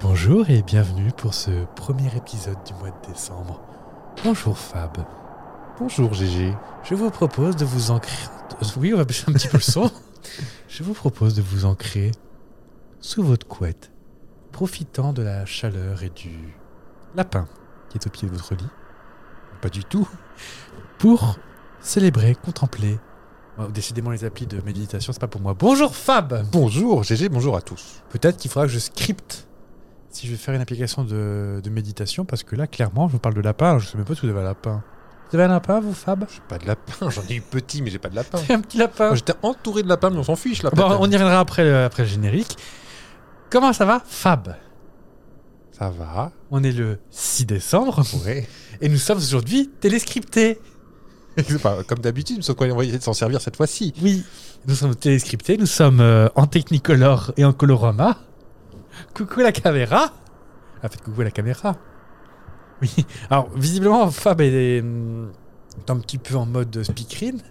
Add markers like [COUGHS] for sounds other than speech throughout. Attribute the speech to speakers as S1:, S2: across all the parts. S1: Bonjour et bienvenue pour ce premier épisode du mois de décembre. Bonjour Fab.
S2: Bonjour GG.
S1: Je vous propose de vous ancrer. Oui, on va baisser un petit peu le [LAUGHS] son. Je vous propose de vous ancrer sous votre couette, profitant de la chaleur et du lapin qui est au pied de votre lit. Pas du tout. Pour célébrer, contempler. Bon, décidément, les applis de méditation, c'est pas pour moi. Bonjour Fab
S2: Bonjour GG, bonjour à tous.
S1: Peut-être qu'il faudra que je scripte si je vais faire une application de, de méditation, parce que là, clairement, je vous parle de lapin, alors je sais même pas si vous avez un lapin. Vous avez un lapin, vous, [LAUGHS] Fab Oh,
S2: J'ai pas de lapin, [LAUGHS] j'en ai eu petit mais j'ai pas de lapin.
S1: Un petit lapin
S2: Moi, J'étais entouré de lapins mais on s'en fiche là.
S1: Bon, Ah. Bah, on y reviendra après, le- après le générique. Comment ça va Fab
S2: Ça va, [LAUGHS]
S1: On est le 6 décembre
S2: ouais.
S1: et nous sommes aujourd'hui téléscriptés.
S2: C'est pas comme d'habitude, sauf qu'on va essayer de s'en servir cette fois-ci.
S1: Oui, nous sommes téléscriptés, nous sommes euh, en technicolor et en colorama. Coucou la caméra Ah, faites coucou la caméra. Oui, alors visiblement, Fab est, hum, est un petit peu en mode speakerine.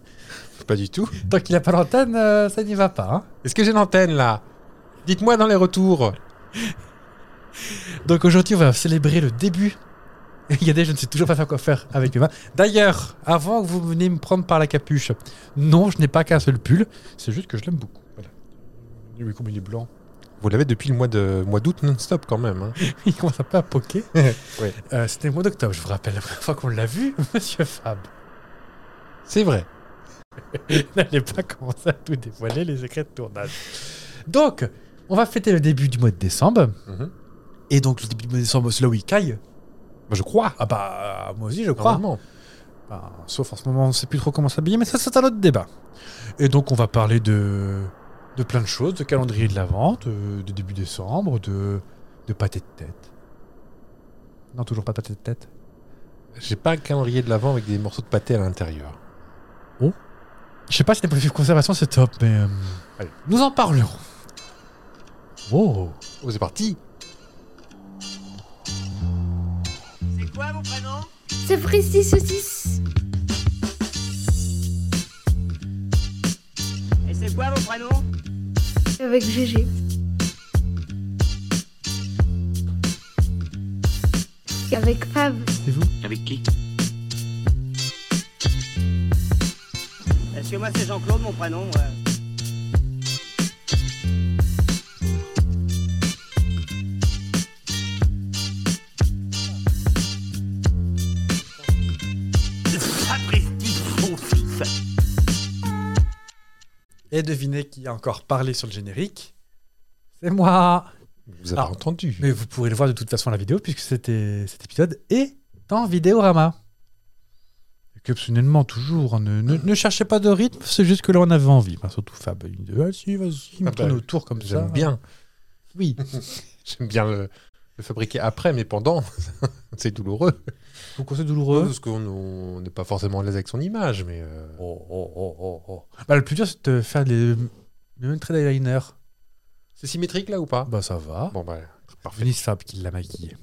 S2: Pas du tout.
S1: Tant qu'il n'a pas l'antenne, euh, ça n'y va pas. hein.
S2: Est-ce que j'ai l'antenne là Dites-moi dans les retours.
S1: Donc aujourd'hui, on va célébrer le début. [LAUGHS] Regardez, je ne sais toujours pas faire quoi faire avec mes mains. D'ailleurs, avant que vous veniez me prendre par la capuche, non, je n'ai pas qu'un seul pull. C'est juste que je l'aime beaucoup. Voilà. Il est comme il est blanc.
S2: Vous l'avez depuis le mois de mois d'août non-stop quand même. hein.
S1: [LAUGHS] Il commence un peu à poquer.
S2: Ouais.
S1: Euh, C'était le mois d'octobre, je vous rappelle, la première fois qu'on l'a vu, [LAUGHS] monsieur Fab.
S2: C'est vrai.
S1: N'allez pas commencer à tout dévoiler, les secrets de tournage. Donc, on va fêter le début du mois de décembre.
S2: Mhm.
S1: Et donc, le début du mois de décembre, c'est là où il caille.
S2: Bah, je crois.
S1: Ah bah, euh, moi aussi, je crois.
S2: Normalement.
S1: Bah, sauf en ce moment, on ne sait plus trop comment s'habiller, mais ça, c'est un autre débat. Et donc, on va parler de, de plein de choses, de calendrier de la vente, euh, de, de début décembre, de, de pâté de tête. Non, toujours pas de pâté de tête.
S2: J'ai pas un calendrier de l'avant avec des morceaux de pâté à l'intérieur.
S1: Je sais pas si les de conservation, c'est top, mais... euh,
S2: Allez.
S1: nous en parlerons. Oh
S2: Oh, c'est parti.
S3: C'est quoi mon prénom
S4: C'est Fristy Saucisse.
S3: Et c'est quoi mon prénom
S4: Avec GG. Avec Fab.
S1: C'est vous
S5: Avec qui
S3: Parce que moi c'est Jean-Claude mon prénom. ouais.
S5: Sapristi, son fils
S1: Et devinez qui a encore parlé sur le générique C'est moi
S2: Vous avez
S1: Ah.
S2: entendu.
S1: Mais vous pourrez le voir de toute façon à la vidéo, puisque c'était cet épisode est en vidéorama. Exceptionnellement, toujours. hein, ne, ne- ne cherchez pas de rythme, c'est juste que là, on avait envie. Enfin, surtout Fab, il me dit, Ah, si, vas-y, il me
S2: Ah bah,
S1: tourne autour comme ça.
S2: J'aime bien.
S1: Oui.
S2: J'aime bien le, le fabriquer après, mais pendant, [LAUGHS] c'est douloureux.
S1: Vous conseillez
S2: Non,
S1: douloureux
S2: Parce qu'on on n'est pas forcément à l'aise avec son image, mais. euh,
S1: Oh, oh, oh, oh, oh. Bah, le plus dur, c'est de faire les, les mêmes traits d'eyeliner.
S2: C'est symétrique là ou pas
S1: Bah, ça va.
S2: Bon, bah, parfait.
S1: Venise Fab qui l'a maquillé.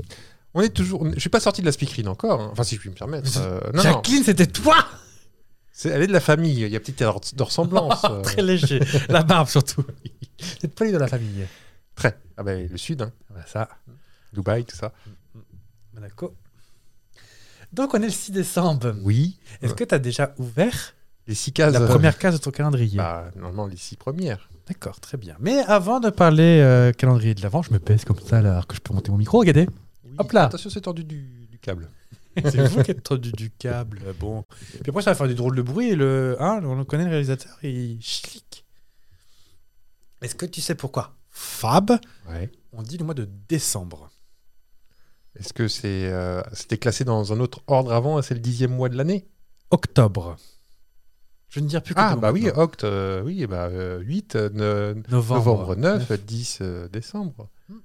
S2: On est toujours. Je suis pas sorti de la speakerine encore, hein. enfin, si je puis
S1: [LAUGHS]
S2: me permettre. euh, non, non.
S1: Jacqueline, c'était [LAUGHS] toi
S2: C'est- Elle est de la famille, il y a petite erreur
S1: [LAUGHS]
S2: de ressemblance. euh,
S1: Très léger. la barbe, surtout. Vous êtes pas les de la famille.
S2: Très. Ah, bah, le sud, hein.
S1: Voilà, ça.
S2: Dubaï, tout ça.
S1: Monaco. Donc on est le 6 décembre.
S2: Oui.
S1: Est-ce que tu as déjà ouvert
S2: Les six cases.
S1: la
S2: euh,
S1: première case de ton calendrier
S2: Bah, normalement, les six premières.
S1: D'accord, très bien. Mais avant de parler euh, calendrier de l'avant, je me pèse comme ça là, alors que je peux monter mon micro, regardez. Hop là.
S2: Attention, c'est tordu du, du câble.
S1: [LAUGHS] C'est vous qui êtes tendu du câble. Euh, Bon. Puis après ça va faire du drôle de bruit et le hein, on connaît le réalisateur, il chlique. Est-ce que tu sais pourquoi Fab,
S2: Ouais.
S1: on dit le mois de décembre.
S2: Est-ce que c'est, euh, c'était classé dans un autre ordre avant et c'est le dixième mois de l'année
S1: Octobre. Je ne dirai plus que
S2: Ah,
S1: de
S2: bah
S1: mois
S2: oui,
S1: maintenant.
S2: oct, euh, oui, bah, 8,
S1: novembre.
S2: novembre 9, 10 euh, décembre.
S1: Alors,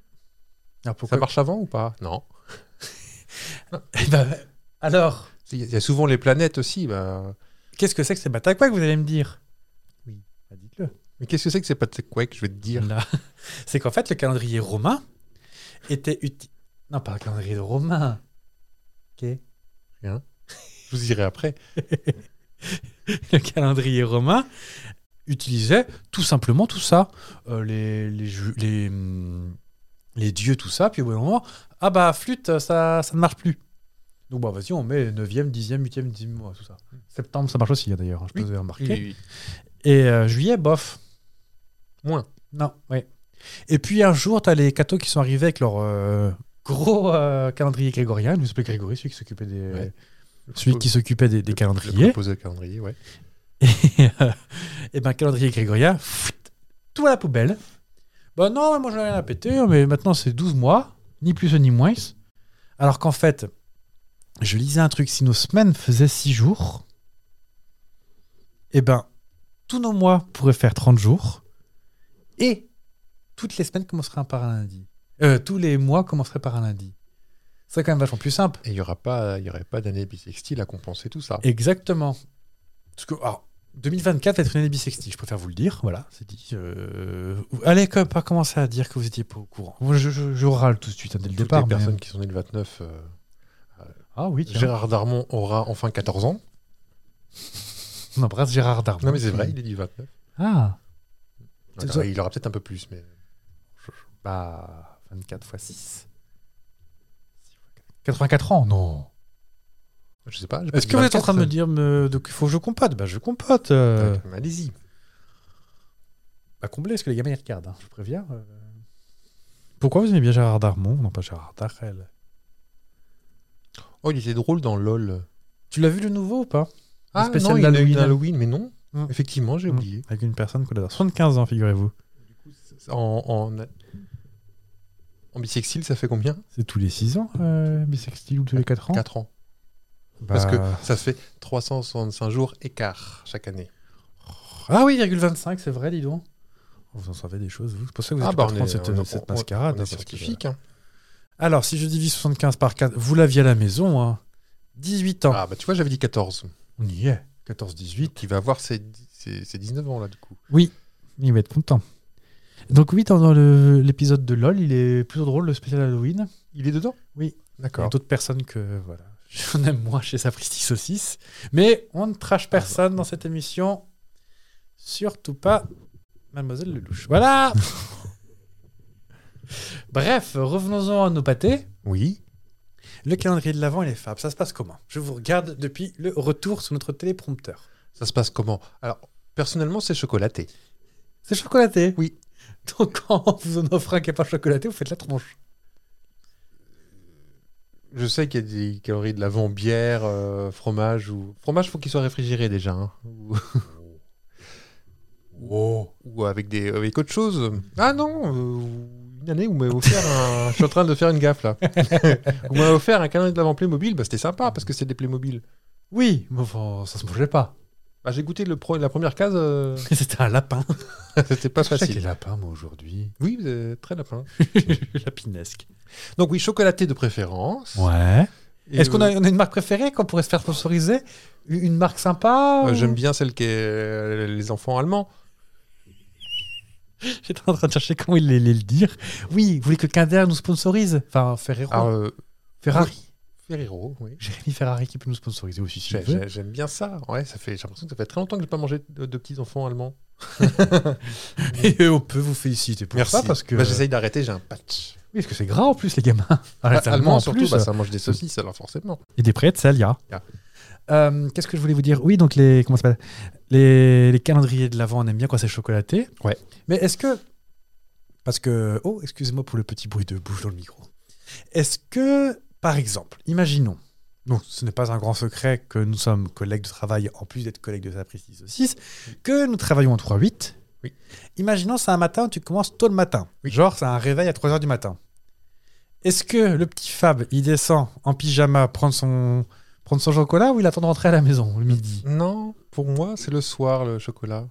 S2: Ça
S1: Ah, pourquoi
S2: marche avant ou pas Non.
S1: Eh [LAUGHS] ben, alors,
S2: Il y a- il y a souvent les planètes aussi. Bah...
S1: Qu'est-ce que c'est que ces bataquacs, vous allez me dire
S2: Oui.
S1: Bah, dites-le.
S2: Mais qu'est-ce que c'est que ces Patekouek Je vais te dire.
S1: Là. [LAUGHS] C'est qu'en fait, le calendrier romain était utile. Non, pas le calendrier romain. Ok.
S2: Je vous dirai après.
S1: [LAUGHS] Le calendrier romain utilisait tout simplement tout ça. Euh, les, les, ju- les, hum, les dieux, tout ça. Puis au bout d'un moment, ah bah flûte, ça, ça ne marche plus. Donc bah vas-y, on met 9e, 10e, 8e, 10e mois, tout ça. Septembre, ça marche aussi hein, d'ailleurs, hein, je peux
S2: Oui.
S1: vous avez remarqué.
S2: Oui, oui,
S1: Et euh, juillet, bof.
S2: Moins.
S1: Non, oui. Et puis un jour, t'as les cathos qui sont arrivés avec leur euh, gros euh, calendrier grégorien. Je me souviens Grégory, celui qui s'occupait des,
S2: Ouais.
S1: celui qui s'occupait des, des
S2: Le- Le
S1: calendriers.
S2: proposé au calendrier, ouais.
S1: et, euh, et ben calendrier grégorien, pfft, tout à la poubelle. Ben non, moi j'en ai rien à péter, mais maintenant c'est 12 mois, ni plus ni moins. Alors qu'en fait, je lisais un truc, si nos semaines faisaient 6 jours, et ben tous nos mois pourraient faire 30 jours, et toutes les semaines commenceraient par un lundi. Euh, tous les mois commenceraient par un lundi. C'est quand même vachement plus simple.
S2: Et il n'y aura pas, il y aurait pas d'année bissextile à compenser tout ça.
S1: Exactement. Parce que, alors, 2024 va être une année bissextile, je préfère vous le dire. Voilà, c'est dit. Euh, allez, comme, pas commencer à dire que vous étiez pas au courant. Moi, je, je- je râle tout de suite hein, dès le
S2: Toutes
S1: départ.
S2: les
S1: mais-
S2: personnes qui sont nées le 29, euh,
S1: Ah oui, tiens.
S2: Gérard Darmon aura enfin 14 ans.
S1: on embrasse Gérard Darmon.
S2: Non, mais c'est vrai, il est du 29.
S1: Ah, C'est
S2: Alors,
S1: ça.
S2: il aura peut-être un peu plus, mais
S1: bah, 24 x 6. 84 ans, non.
S2: je sais pas. j'ai pas
S1: Est-ce
S2: dit
S1: que vous êtes en
S2: 24,
S1: train de me
S2: ça.
S1: dire me- de- qu'il faut que je compote Bah, je compote. euh.
S2: Ouais, mais Allez-y.
S1: Bah, comblé, parce que les gamins ils regardent, hein, je préviens. euh. Pourquoi vous aimez bien Gérard Darmon Non, pas Gérard Darrel.
S2: Oh, il était drôle dans LOL.
S1: Tu l'as vu le nouveau ou pas
S2: Ah,
S1: spécial
S2: non, il y en a eu
S1: d'Halloween.
S2: un Halloween, mais non.
S1: Mm.
S2: Effectivement, j'ai
S1: Mm.
S2: oublié.
S1: Avec une personne qu'on adore. 75 ans, figurez-vous.
S2: En, en, en bisextile, ça fait combien
S1: C'est tous les 6 ans, euh, bisextile, ou tous les 4 ans Bah,
S2: 4 ans. Parce que ça fait 365 jours écart chaque année.
S1: Ah oui, 25, c'est vrai, dis donc. Ah Vous en savez des choses, vous. C'est pour ça que vous êtes
S2: bah,
S1: patron de cette,
S2: on-
S1: cette
S2: on-
S1: mascarade.
S2: on est
S1: hein, parce que-
S2: scientifique. hein.
S1: Alors, si je divise 75 par 4, vous l'aviez à la maison, hein. 18 ans.
S2: Ah, bah tu vois, j'avais dit 14.
S1: On y est. 14-18.
S2: Il va avoir ses, ses- ses 19 ans, là, du coup.
S1: Il va être content. Donc oui, dans- dans le- l'épisode de LOL, il est plutôt drôle, le spécial Halloween.
S2: Il est dedans
S1: Oui. Il y a
S2: D'accord.
S1: d'autres personnes que, voilà, [LAUGHS] j'en aime moins chez Sapristi Saucisse. Mais on ne trash personne dans cette émission. Surtout pas Mademoiselle Lelouch. [LAUGHS] Voilà Bref, revenons-en à nos pâtés.
S2: Oui.
S1: Le calendrier de l'Avent, il est fab. Ça se passe comment Je vous regarde depuis le retour sur notre téléprompteur.
S2: Ça se passe comment Alors, personnellement, c'est chocolaté.
S1: C'est chocolaté
S2: Oui.
S1: Donc [LAUGHS] quand on vous en offre un qui n'est pas chocolaté, vous faites la tronche.
S2: Je sais qu'il y a des calories de l'avant, bière, euh, fromage ou. Fromage, faut qu'il soit réfrigéré déjà. hein.
S1: Oh.
S2: Ou... ou avec, des, avec autre chose. Ah non euh, Une année, où m'avez offert un. Je suis en train de faire une gaffe, là. vous m'avez offert un calendrier de l'avant Playmobil. Bah, c'était sympa parce que c'est des Playmobil.
S1: Oui, mais enfin, ça se mangeait [LAUGHS] pas.
S2: Bah, j'ai goûté le pro- la première case,
S1: [LAUGHS]
S2: euh,
S1: C'était un lapin.
S2: c'était pas
S1: Je sais que les
S2: facile.
S1: lapins, moi, aujourd'hui.
S2: Oui, vous êtes très lapin.
S1: Lapinesque.
S2: Donc oui, chocolaté de préférence.
S1: Ouais.
S2: Et,
S1: Est-ce qu'on a,
S2: euh,
S1: on a une marque préférée qu'on pourrait se faire sponsoriser Une une marque sympa
S2: euh,
S1: ou-
S2: J'aime bien celle qui est euh, les enfants allemands.
S1: [LAUGHS] J'étais en train de chercher comment il allait le dire. Oui, vous voulez que Kinder nous sponsorise Enfin, Ferrero.
S2: Ah, euh,
S1: Ferrari.
S2: Ferrero, oui.
S1: Jérémy Ferrari qui peut nous sponsoriser aussi si
S2: J'ai-
S1: il veut.
S2: j'ai- J'aime bien ça. Ouais, ça fait. J'ai l'impression que ça fait très longtemps que j'ai pas mangé de, de petits enfants allemands.
S1: Et on peut vous féliciter pour ça parce que.
S2: Bah, J'essaye d'arrêter. J'ai un patch.
S1: [LAUGHS] oui, parce que c'est gras en plus, les gamins. Ah, les
S2: Ah,
S1: Allemands,
S2: allemand
S1: en
S2: surtout.
S1: plus.
S2: bah, ça mange des saucisses alors forcément.
S1: Et des prêts de Salia.
S2: Ah.
S1: Euh, Qu'est-ce que je voulais vous dire Oui, donc les comment ça s'appelle les, les calendriers de l'avant, on aime bien quand c'est chocolaté.
S2: Ouais.
S1: Mais est-ce que parce que oh, excusez-moi pour le petit bruit de bouche dans le micro. Est-ce que par exemple, imaginons. Donc, ce n'est pas un grand secret que nous sommes collègues de travail, en plus d'être collègues de Sapristi 6, que nous travaillons en 3-8.
S2: Oui.
S1: Imaginons, c'est un matin, tu commences tôt le matin. Genre, c'est un réveil à 3h du matin. Est-ce que le petit Fab, il descend en pyjama prendre son, prendre son chocolat ou il attend de rentrer à la maison le midi
S2: Non, pour moi, c'est le soir le chocolat.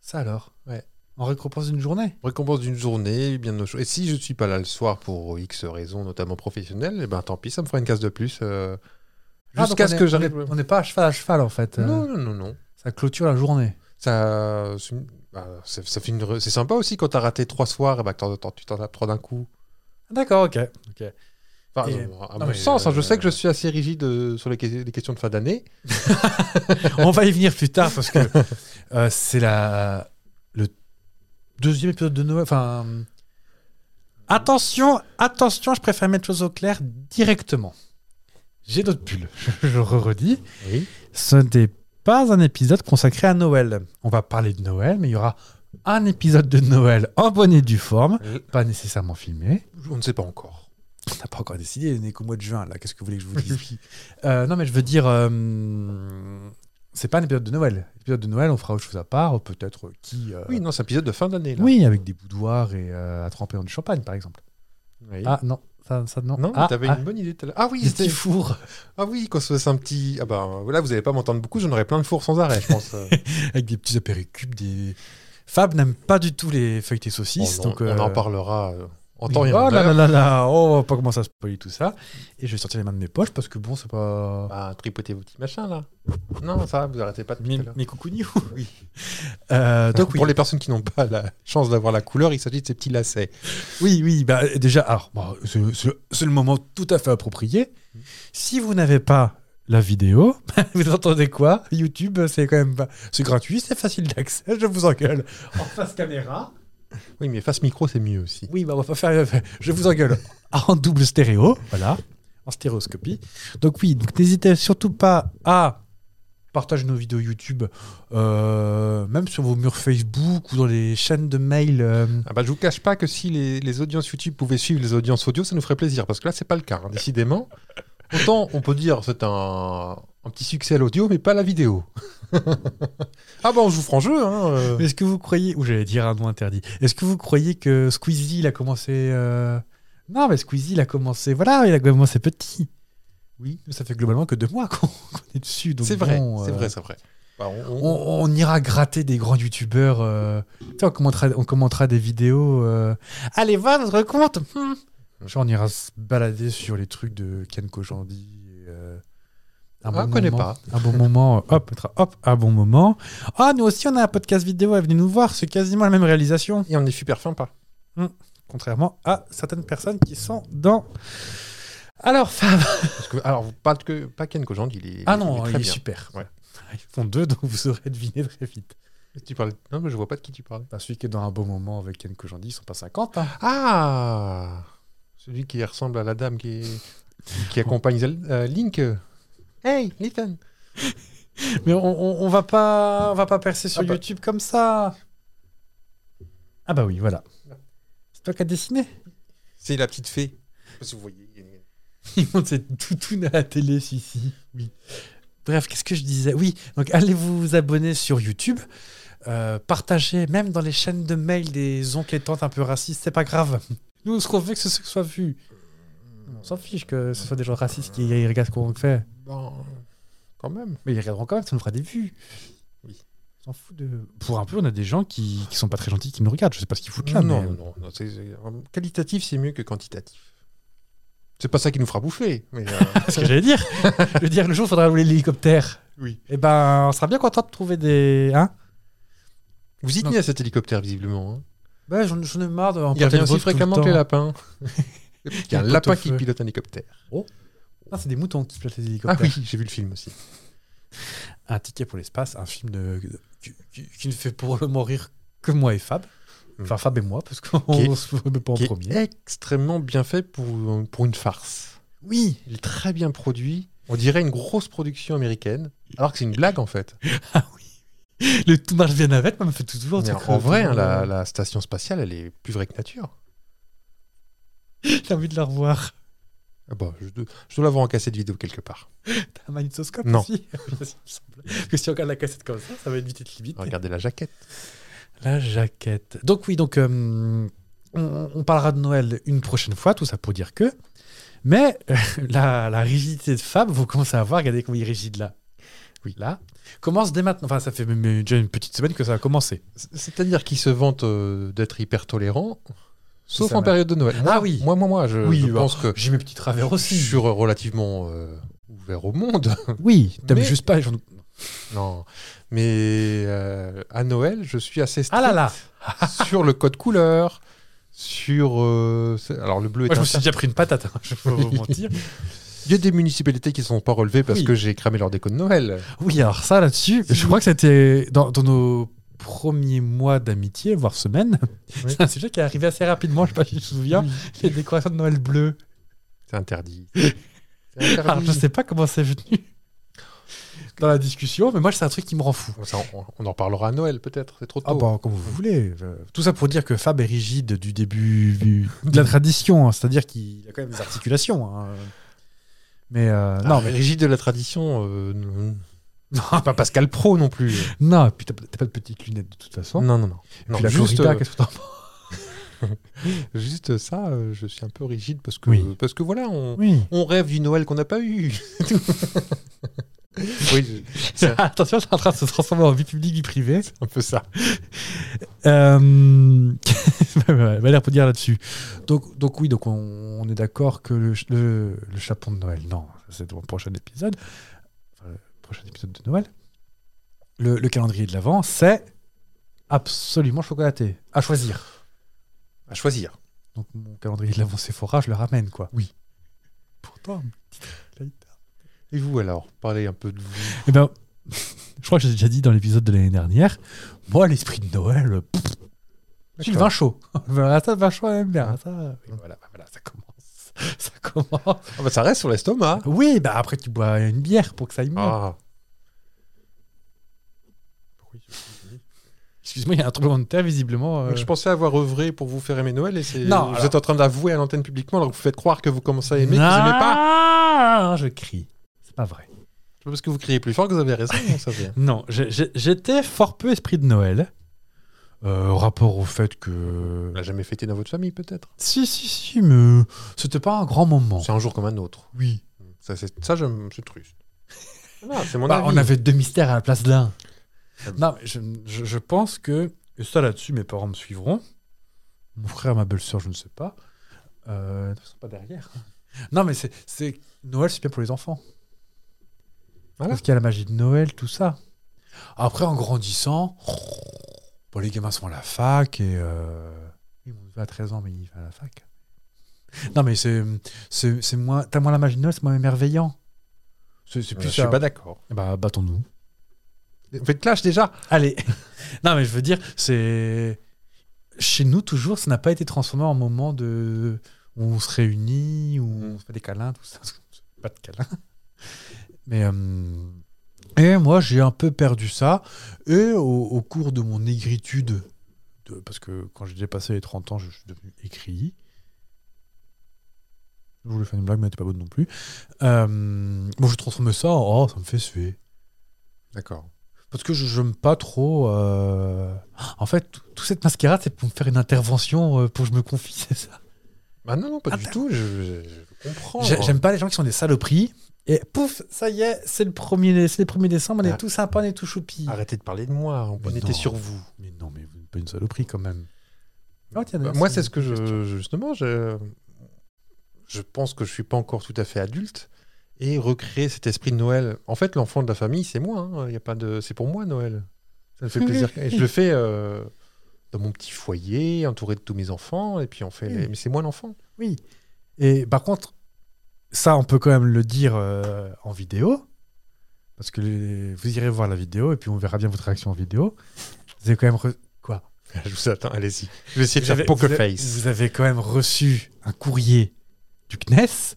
S1: Ça alors
S2: Ouais.
S1: En récompense d'une journée
S2: Récompense d'une journée, bien au chaud. Et si je suis pas là le soir pour X raisons, notamment professionnelles, eh ben tant pis, ça me fera une case de plus. euh,
S1: Ah,
S2: Jusqu'à
S1: donc on
S2: ce
S1: est-
S2: que j'arrive.
S1: On n'est pas à cheval à cheval en fait. Euh,
S2: Non, non, non, non.
S1: Ça clôture la journée.
S2: Ça, c'est une- bah, c'est- ça fait une re- c'est sympa aussi quand t'as raté trois soirs, et bah, que t'en- t'en- tu t'en tapes trois d'un coup.
S1: D'accord, [LAUGHS] ok.
S2: Enfin,
S1: Et-
S2: à
S1: non,
S2: mon
S1: mais,
S2: sens, hein, je
S1: euh,
S2: sais que je suis assez rigide euh, sur les, que- les questions de fin d'année.
S1: on va y venir plus tard parce que euh, c'est la le deuxième épisode de Noël. Enfin, Attention, attention, je préfère mettre les choses au clair directement. J'ai d'autres pulls, [LAUGHS] je re- redis.
S2: Oui.
S1: Ce n'est pas un épisode consacré à Noël. On va parler de Noël, mais il y aura un épisode de Noël en bonne et due forme,
S2: Oui.
S1: pas nécessairement filmé.
S2: On ne sait pas encore.
S1: On n'a pas encore décidé, on est qu'au mois de juin, là. Qu'est-ce que vous voulez que je vous dise [LAUGHS] Euh, Non, mais je veux dire, euh, c'est pas un épisode de Noël. L'épisode de Noël, on fera autre chose à part, ou peut-être euh, qui. euh,
S2: Oui, non, c'est un épisode de fin d'année. là.
S1: oui, avec des boudoirs et euh, à tremper dans du champagne, par exemple.
S2: Oui.
S1: Ah non, ça, ça, non.
S2: non, mais
S1: ah,
S2: t'avais
S1: ah,
S2: une bonne idée tout à l'heure. Ah oui,
S1: des
S2: c'était.
S1: petits fours.
S2: Ah oui, qu'on se fasse un petit. Ah ben voilà, vous n'allez pas m'entendre beaucoup, j'en aurais plein de fours sans arrêt, je
S1: [LAUGHS]
S2: pense. Euh,
S1: avec des petits apéricubes, des. Fab n'aime pas du tout les feuilletés saucisses,
S2: on,
S1: donc
S2: on
S1: euh,
S2: en parlera euh, en
S1: oui.
S2: temps et en
S1: Oh là là
S2: heure.
S1: là là, oh, on va pas commencer à spoiler tout ça. Et je vais sortir les mains de mes poches parce que bon, c'est pas.
S2: Bah, tripotez vos petits machins là. Non, ça va, vous arrêtez pas de
S1: Mes,
S2: tout à l'heure.
S1: mes [LAUGHS] coucougnes.
S2: Oui.
S1: Euh, donc oui.
S2: Pour les personnes qui n'ont pas la chance d'avoir la couleur, il s'agit de ces petits lacets.
S1: Oui, oui, bah, déjà, alors, bah, c'est c'est- c'est le moment tout à fait approprié. Si vous n'avez pas la vidéo, [LAUGHS] vous entendez quoi YouTube, c'est quand même pas- c'est gratuit, c'est facile d'accès, je vous engueule. En face caméra
S2: Oui, mais face micro, c'est mieux aussi.
S1: Oui, bah, on va pas faire. Je vous engueule. en double stéréo, voilà, en stéréoscopie. Donc, oui, donc n'hésitez surtout pas à partager nos vidéos YouTube, euh, même sur vos murs Facebook ou dans les chaînes de mail. euh,
S2: Ah bah, je vous cache pas que si les, les audiences YouTube pouvaient suivre les audiences audio, ça nous ferait plaisir, parce que là, c'est pas le cas, hein, décidément. Autant on peut dire c'est un, un petit succès à l'audio, mais pas à la vidéo. [LAUGHS] ah bah on joue franc jeu, hein. euh.
S1: Mais Est-ce que vous croyez, ou j'allais dire un nom interdit, est-ce que vous croyez que Squeezie il a commencé. euh, Non, mais Squeezie il a commencé. Voilà, il a commencé petit. Oui, mais ça fait globalement que deux mois qu'on qu'on est dessus. donc
S2: C'est vrai,
S1: bon,
S2: c'est
S1: euh,
S2: vrai, c'est vrai. Bah, on- on-
S1: On, on ira gratter des grands youtubeurs. euh, tu sais, on commentera, on commentera des vidéos. euh, Allez voir notre compte hmm. Genre, on ira se balader sur les trucs de Ken Kojandi. et, euh, un
S2: Ah, on connaît
S1: moment-
S2: pas.
S1: Un bon moment, euh, hop, tra- hop, un bon moment. Ah, nous aussi, on a un podcast vidéo, venez nous voir, c'est quasiment la même réalisation.
S2: Et on est super fin pas.
S1: Contrairement à certaines personnes qui sont dans. Alors, Fab.
S2: Parce que, alors, pas, que, pas Ken Kojand, il est.
S1: Ah
S2: il est
S1: non,
S2: très
S1: il est
S2: bien.
S1: super.
S2: Ouais.
S1: Ils font deux, donc vous saurez deviner très vite.
S2: Tu parles... Non, mais je vois pas de qui tu parles.
S1: Bah, celui qui est dans un bon moment avec Ken Kojandi, ils sont pas 50. hein.
S2: Ah Celui qui ressemble à la dame qui, est- qui accompagne Zel- euh, Link. Hey, Nathan
S1: Mais on, on- on va pas, on va pas percer sur
S2: Ah bah.
S1: YouTube comme ça. Ah bah oui, voilà. C'est toi qui as dessiné.
S2: C'est la petite fée. Je sais pas si vous voyez. il y a-
S1: [LAUGHS] Il monte ses toutounes à la télé, si, si. Oui. Bref, qu'est-ce que je disais Oui, donc allez vous abonner sur YouTube. euh, partagez, même dans les chaînes de mail des oncles et tantes un peu racistes, c'est pas grave. Nous, ce qu'on veut, que ce soit vu. On s'en fiche que ce soit des gens racistes qui regardent ce qu'on fait.
S2: Bon, Ben, quand même.
S1: Mais ils regarderont quand même, ça nous fera des vues.
S2: Oui.
S1: On s'en fout de. Pour un peu, on a des gens qui, qui sont pas très gentils qui nous regardent. Je sais pas ce qu'ils foutent là.
S2: non,
S1: mais- euh,
S2: non, non, non, c'est- c'est- Qualitatif, c'est mieux que quantitatif. C'est pas ça qui nous fera bouffer. Mais,
S1: [LAUGHS]
S2: euh,
S1: C'est [LAUGHS] ce que j'allais dire. Je veux dire, le jour où il faudra rouler l'hélicoptère.
S2: Oui.
S1: Et ben, on sera bien content de trouver des. Hein
S2: vous y
S1: Non.
S2: tenez à cet hélicoptère, visiblement. hein.
S1: bah, j'en, j'en ai marre de.
S2: Il revient aussi fréquemment que
S1: [LAUGHS]
S2: les lapins. Il y a un
S1: Les
S2: lapin
S1: pot-au-feu.
S2: qui pilote un hélicoptère.
S1: Non, c'est des moutons qui pilotent les
S2: Ah
S1: hélicoptères.
S2: oui, j'ai vu le film aussi.
S1: Un ticket pour l'espace, un film de... qui, qui- qui ne fait pour le moment rire que moi et Fab. Enfin, Fab et moi, parce qu'on
S2: Qui est-
S1: se met pas en
S2: qui
S1: premier.
S2: est extrêmement bien fait pour, euh, pour une farce.
S1: Oui.
S2: Il est très bien produit. On dirait une grosse production américaine, alors que c'est une blague en fait.
S1: [LAUGHS] Le tout marche bien avec, moi, me fait toujours.
S2: Mais
S1: tu sais,
S2: en
S1: que-
S2: vrai, hein, la,
S1: [LAUGHS]
S2: la station spatiale, elle est plus vraie que nature.
S1: J'ai envie de la revoir.
S2: Ah bah, je, dois, je dois l'avoir en cassette vidéo quelque part.
S1: T'as un magnétoscope
S2: Non.
S1: aussi [LAUGHS] Parce que si on regarde la cassette comme ça, ça va être vite être limite.
S2: Regardez la jaquette.
S1: La jaquette. Donc oui, donc euh, on, on parlera de Noël une prochaine fois, tout ça pour dire que. Mais euh, [LAUGHS] la, la rigidité de Fab, vous commencez à voir, regardez comment il est rigide là. Oui, là. Commence dès maintenant. Enfin, ça fait même, euh, déjà une petite semaine que ça a commencé.
S2: C- C'est-à-dire qu'il se vante euh, d'être hyper tolérant, sauf
S1: ça,
S2: en
S1: ma-
S2: période de Noël. Moi,
S1: Ah oui.
S2: Moi, moi, moi, je,
S1: Oui,
S2: Euh, je
S1: bah,
S2: pense que
S1: J'ai mes petits travers
S2: je
S1: aussi.
S2: suis relativement euh, ouvert
S1: [LAUGHS]
S2: au monde.
S1: Oui, t'aimes
S2: Mais-
S1: juste pas les gens.
S2: non. Mais euh, à Noël, je suis assez strict
S1: Ah là là
S2: [LAUGHS] sur le code couleur, sur... euh, c'est- alors, le bleu est
S1: Moi, je
S2: un
S1: me suis déjà pris une patate, hein, [LAUGHS] je peux vous mentir.
S2: Il y a des municipalités qui ne sont pas relevées parce
S1: Oui. [LAUGHS]
S2: que j'ai cramé leur déco de Noël.
S1: Oui, alors ça là-dessus, je crois que c'était dans, dans nos premier mois d'amitié, voire semaine.
S2: Oui.
S1: C'est un sujet qui est arrivé assez rapidement, je sais pas si tu te souviens. Les décorations de Noël bleues. [LAUGHS]
S2: C'est interdit. C'est
S1: Alors,
S2: interdit.
S1: je sais pas comment c'est venu dans la discussion, mais moi, c'est un truc qui me rend fou.
S2: Ça, on, on en parlera à Noël peut-être, c'est trop tôt.
S1: Ah bah, comme vous voulez. Je- Tout ça pour dire que Fab est rigide du début du- de la tradition, hein, c'est-à-dire qu'il a quand même des articulations. hein. Mais euh,
S2: Ah,
S1: non, mais-
S2: rigide de la tradition, euh, non,
S1: non,
S2: pas Pascal Pro non plus.
S1: [LAUGHS] non, et puis t'as t'as pas de petites lunettes de toute façon.
S2: Non, non, non.
S1: Et
S2: Non,
S1: puis la
S2: juste,
S1: corrida,
S2: euh,
S1: qu'est-ce que t'en penses
S2: juste ça, euh, je suis un peu rigide parce que,
S1: Oui.
S2: parce que voilà, on,
S1: Oui.
S2: on rêve du Noël qu'on n'a pas eu. [LAUGHS] oui, je-
S1: [LAUGHS]
S2: c'est
S1: Attention, c'est en train de se transformer en vie publique, vie privée.
S2: un peu ça.
S1: Euh... [LAUGHS] ouais, Valère pour dire là-dessus. Donc, donc oui, donc on, on est d'accord que le, ch- le, le chapon de Noël, non, ça, c'est dans le prochain épisode, Enfin, le prochain épisode de Noël. Le, le calendrier de l'avant, c'est absolument chocolaté, à choisir.
S2: À choisir.
S1: Donc mon calendrier de l'avant Sephora, je le ramène quoi. Oui. Pourtant.
S2: Et vous alors Parlez un peu de vous.
S1: Eh ben, je crois que j'ai déjà dit dans l'épisode de l'année dernière. Moi, l'esprit de Noël, euh, pff, je suis le vin chaud. [LAUGHS] Mm. Voilà, ça, le vin chaud, elle aime bien. Ça, voilà, voilà, ça commence. [LAUGHS] Ça commence.
S2: Ah bah, ça reste sur l'estomac.
S1: Oui, bah après tu bois une bière pour que ça aille mieux.
S2: Ah.
S1: Excuse-moi, il y a un tremblement de terre visiblement. euh,
S2: Je pensais avoir œuvré pour vous faire aimer Noël et c'est.
S1: Non,
S2: vous
S1: alors-
S2: êtes en train d'avouer à l'antenne publiquement alors que vous faites croire que vous commencez à aimer, que vous
S1: non,
S2: aimez pas.
S1: Ah, Je crie. C'est pas vrai.
S2: C'est pas Parce que vous criez plus fort que vous avez raison, ça vient.
S1: Non, j'ai- j'ai- j'étais fort peu esprit de Noël. Euh, au rapport au fait que.
S2: On l'a jamais fêté dans votre famille peut-être.
S1: Si, si, si, mais c'était pas un grand moment.
S2: C'est un jour comme un autre.
S1: Oui.
S2: Ça, c'est- ça je me suis truste. Voilà, c'est mon
S1: Bah,
S2: avis.
S1: on avait deux mystères à la place d'un.
S2: Ah bon.
S1: Non, mais je, je- je pense que, et ça là-dessus, mes parents me suivront. Mon frère, ma belle-sœur, je ne sais pas. Euh, ils sont pas derrière. Non, mais c'est- c'est Noël, c'est bien pour les enfants.
S2: Voilà.
S1: Parce qu'il y a la magie de Noël, tout ça. Après, en grandissant, bon, les gamins sont à la fac et. euh, oui, mon neveu a 13 ans, mais il va à la fac. Non, mais c'est c'est- c'est moins. T'as moins la magie de Noël, c'est moins émerveillant. C'est c'est
S2: Euh,
S1: plus
S2: je
S1: ça.
S2: suis pas d'accord.
S1: Bah, battons-nous.
S2: Vous faites clash déjà.
S1: Allez. [LAUGHS] non, mais je veux dire, c'est. Chez nous, toujours, ça n'a pas été transformé en moment de. où on se réunit, où on se fait des câlins, tout ça. [LAUGHS] Pas de câlins. Mais. euh, Et moi, j'ai un peu perdu ça. Et au, au cours de mon aigritude, de- parce que quand j'ai dépassé les 30 ans, je suis devenu écrit. Je voulais faire une blague, mais elle était pas bonne non plus. Euh, Bon, je transforme ça en. Oh, ça me fait suer.
S2: D'accord.
S1: Parce que je j'aime pas trop. euh, En fait, tout- toute cette mascarade, c'est pour me faire une intervention, euh, pour que je me confie, [LAUGHS] c'est ça.
S2: Bah non, non, pas
S1: Ah,
S2: du
S1: t'as-
S2: tout. Je, je- je comprends.
S1: J'ai- J'aime pas les gens qui sont des saloperies. Et pouf, ça y est, c'est le 1er c'est le 1er décembre, on est
S2: Ah.
S1: tout sympa, on est tout choupi.
S2: Arrêtez de parler de moi. On
S1: Mais
S2: était
S1: non.
S2: sur vous.
S1: Mais non, mais vous n'êtes pas une saloperie quand même. Ah, tiens,
S2: Bah,
S1: d'ailleurs,
S2: moi,
S1: c'est
S2: c'est
S1: une
S2: ce que je justement. Je, je pense que je suis pas encore tout à fait adulte et recréer cet esprit de Noël. En fait, l'enfant de la famille, c'est moi. hein. Il y a pas de, c'est pour moi Noël. Ça me fait
S1: [LAUGHS]
S2: plaisir. Et je le fais euh, dans mon petit foyer, entouré de tous mes enfants. Et puis on fait. les-
S1: Hmm.
S2: Mais c'est moi l'enfant. [LAUGHS]
S1: Oui. Et par contre, ça, on peut quand même le dire euh, en vidéo. Parce que les- vous irez voir la vidéo et puis on verra bien votre réaction en vidéo. Vous avez quand même. re- Quoi
S2: Je vous attends. Allez-y. Je vais essayer de
S1: Vous
S2: faire
S1: avez-
S2: poker
S1: vous avez-
S2: face.
S1: Vous avez quand même reçu un courrier du CNES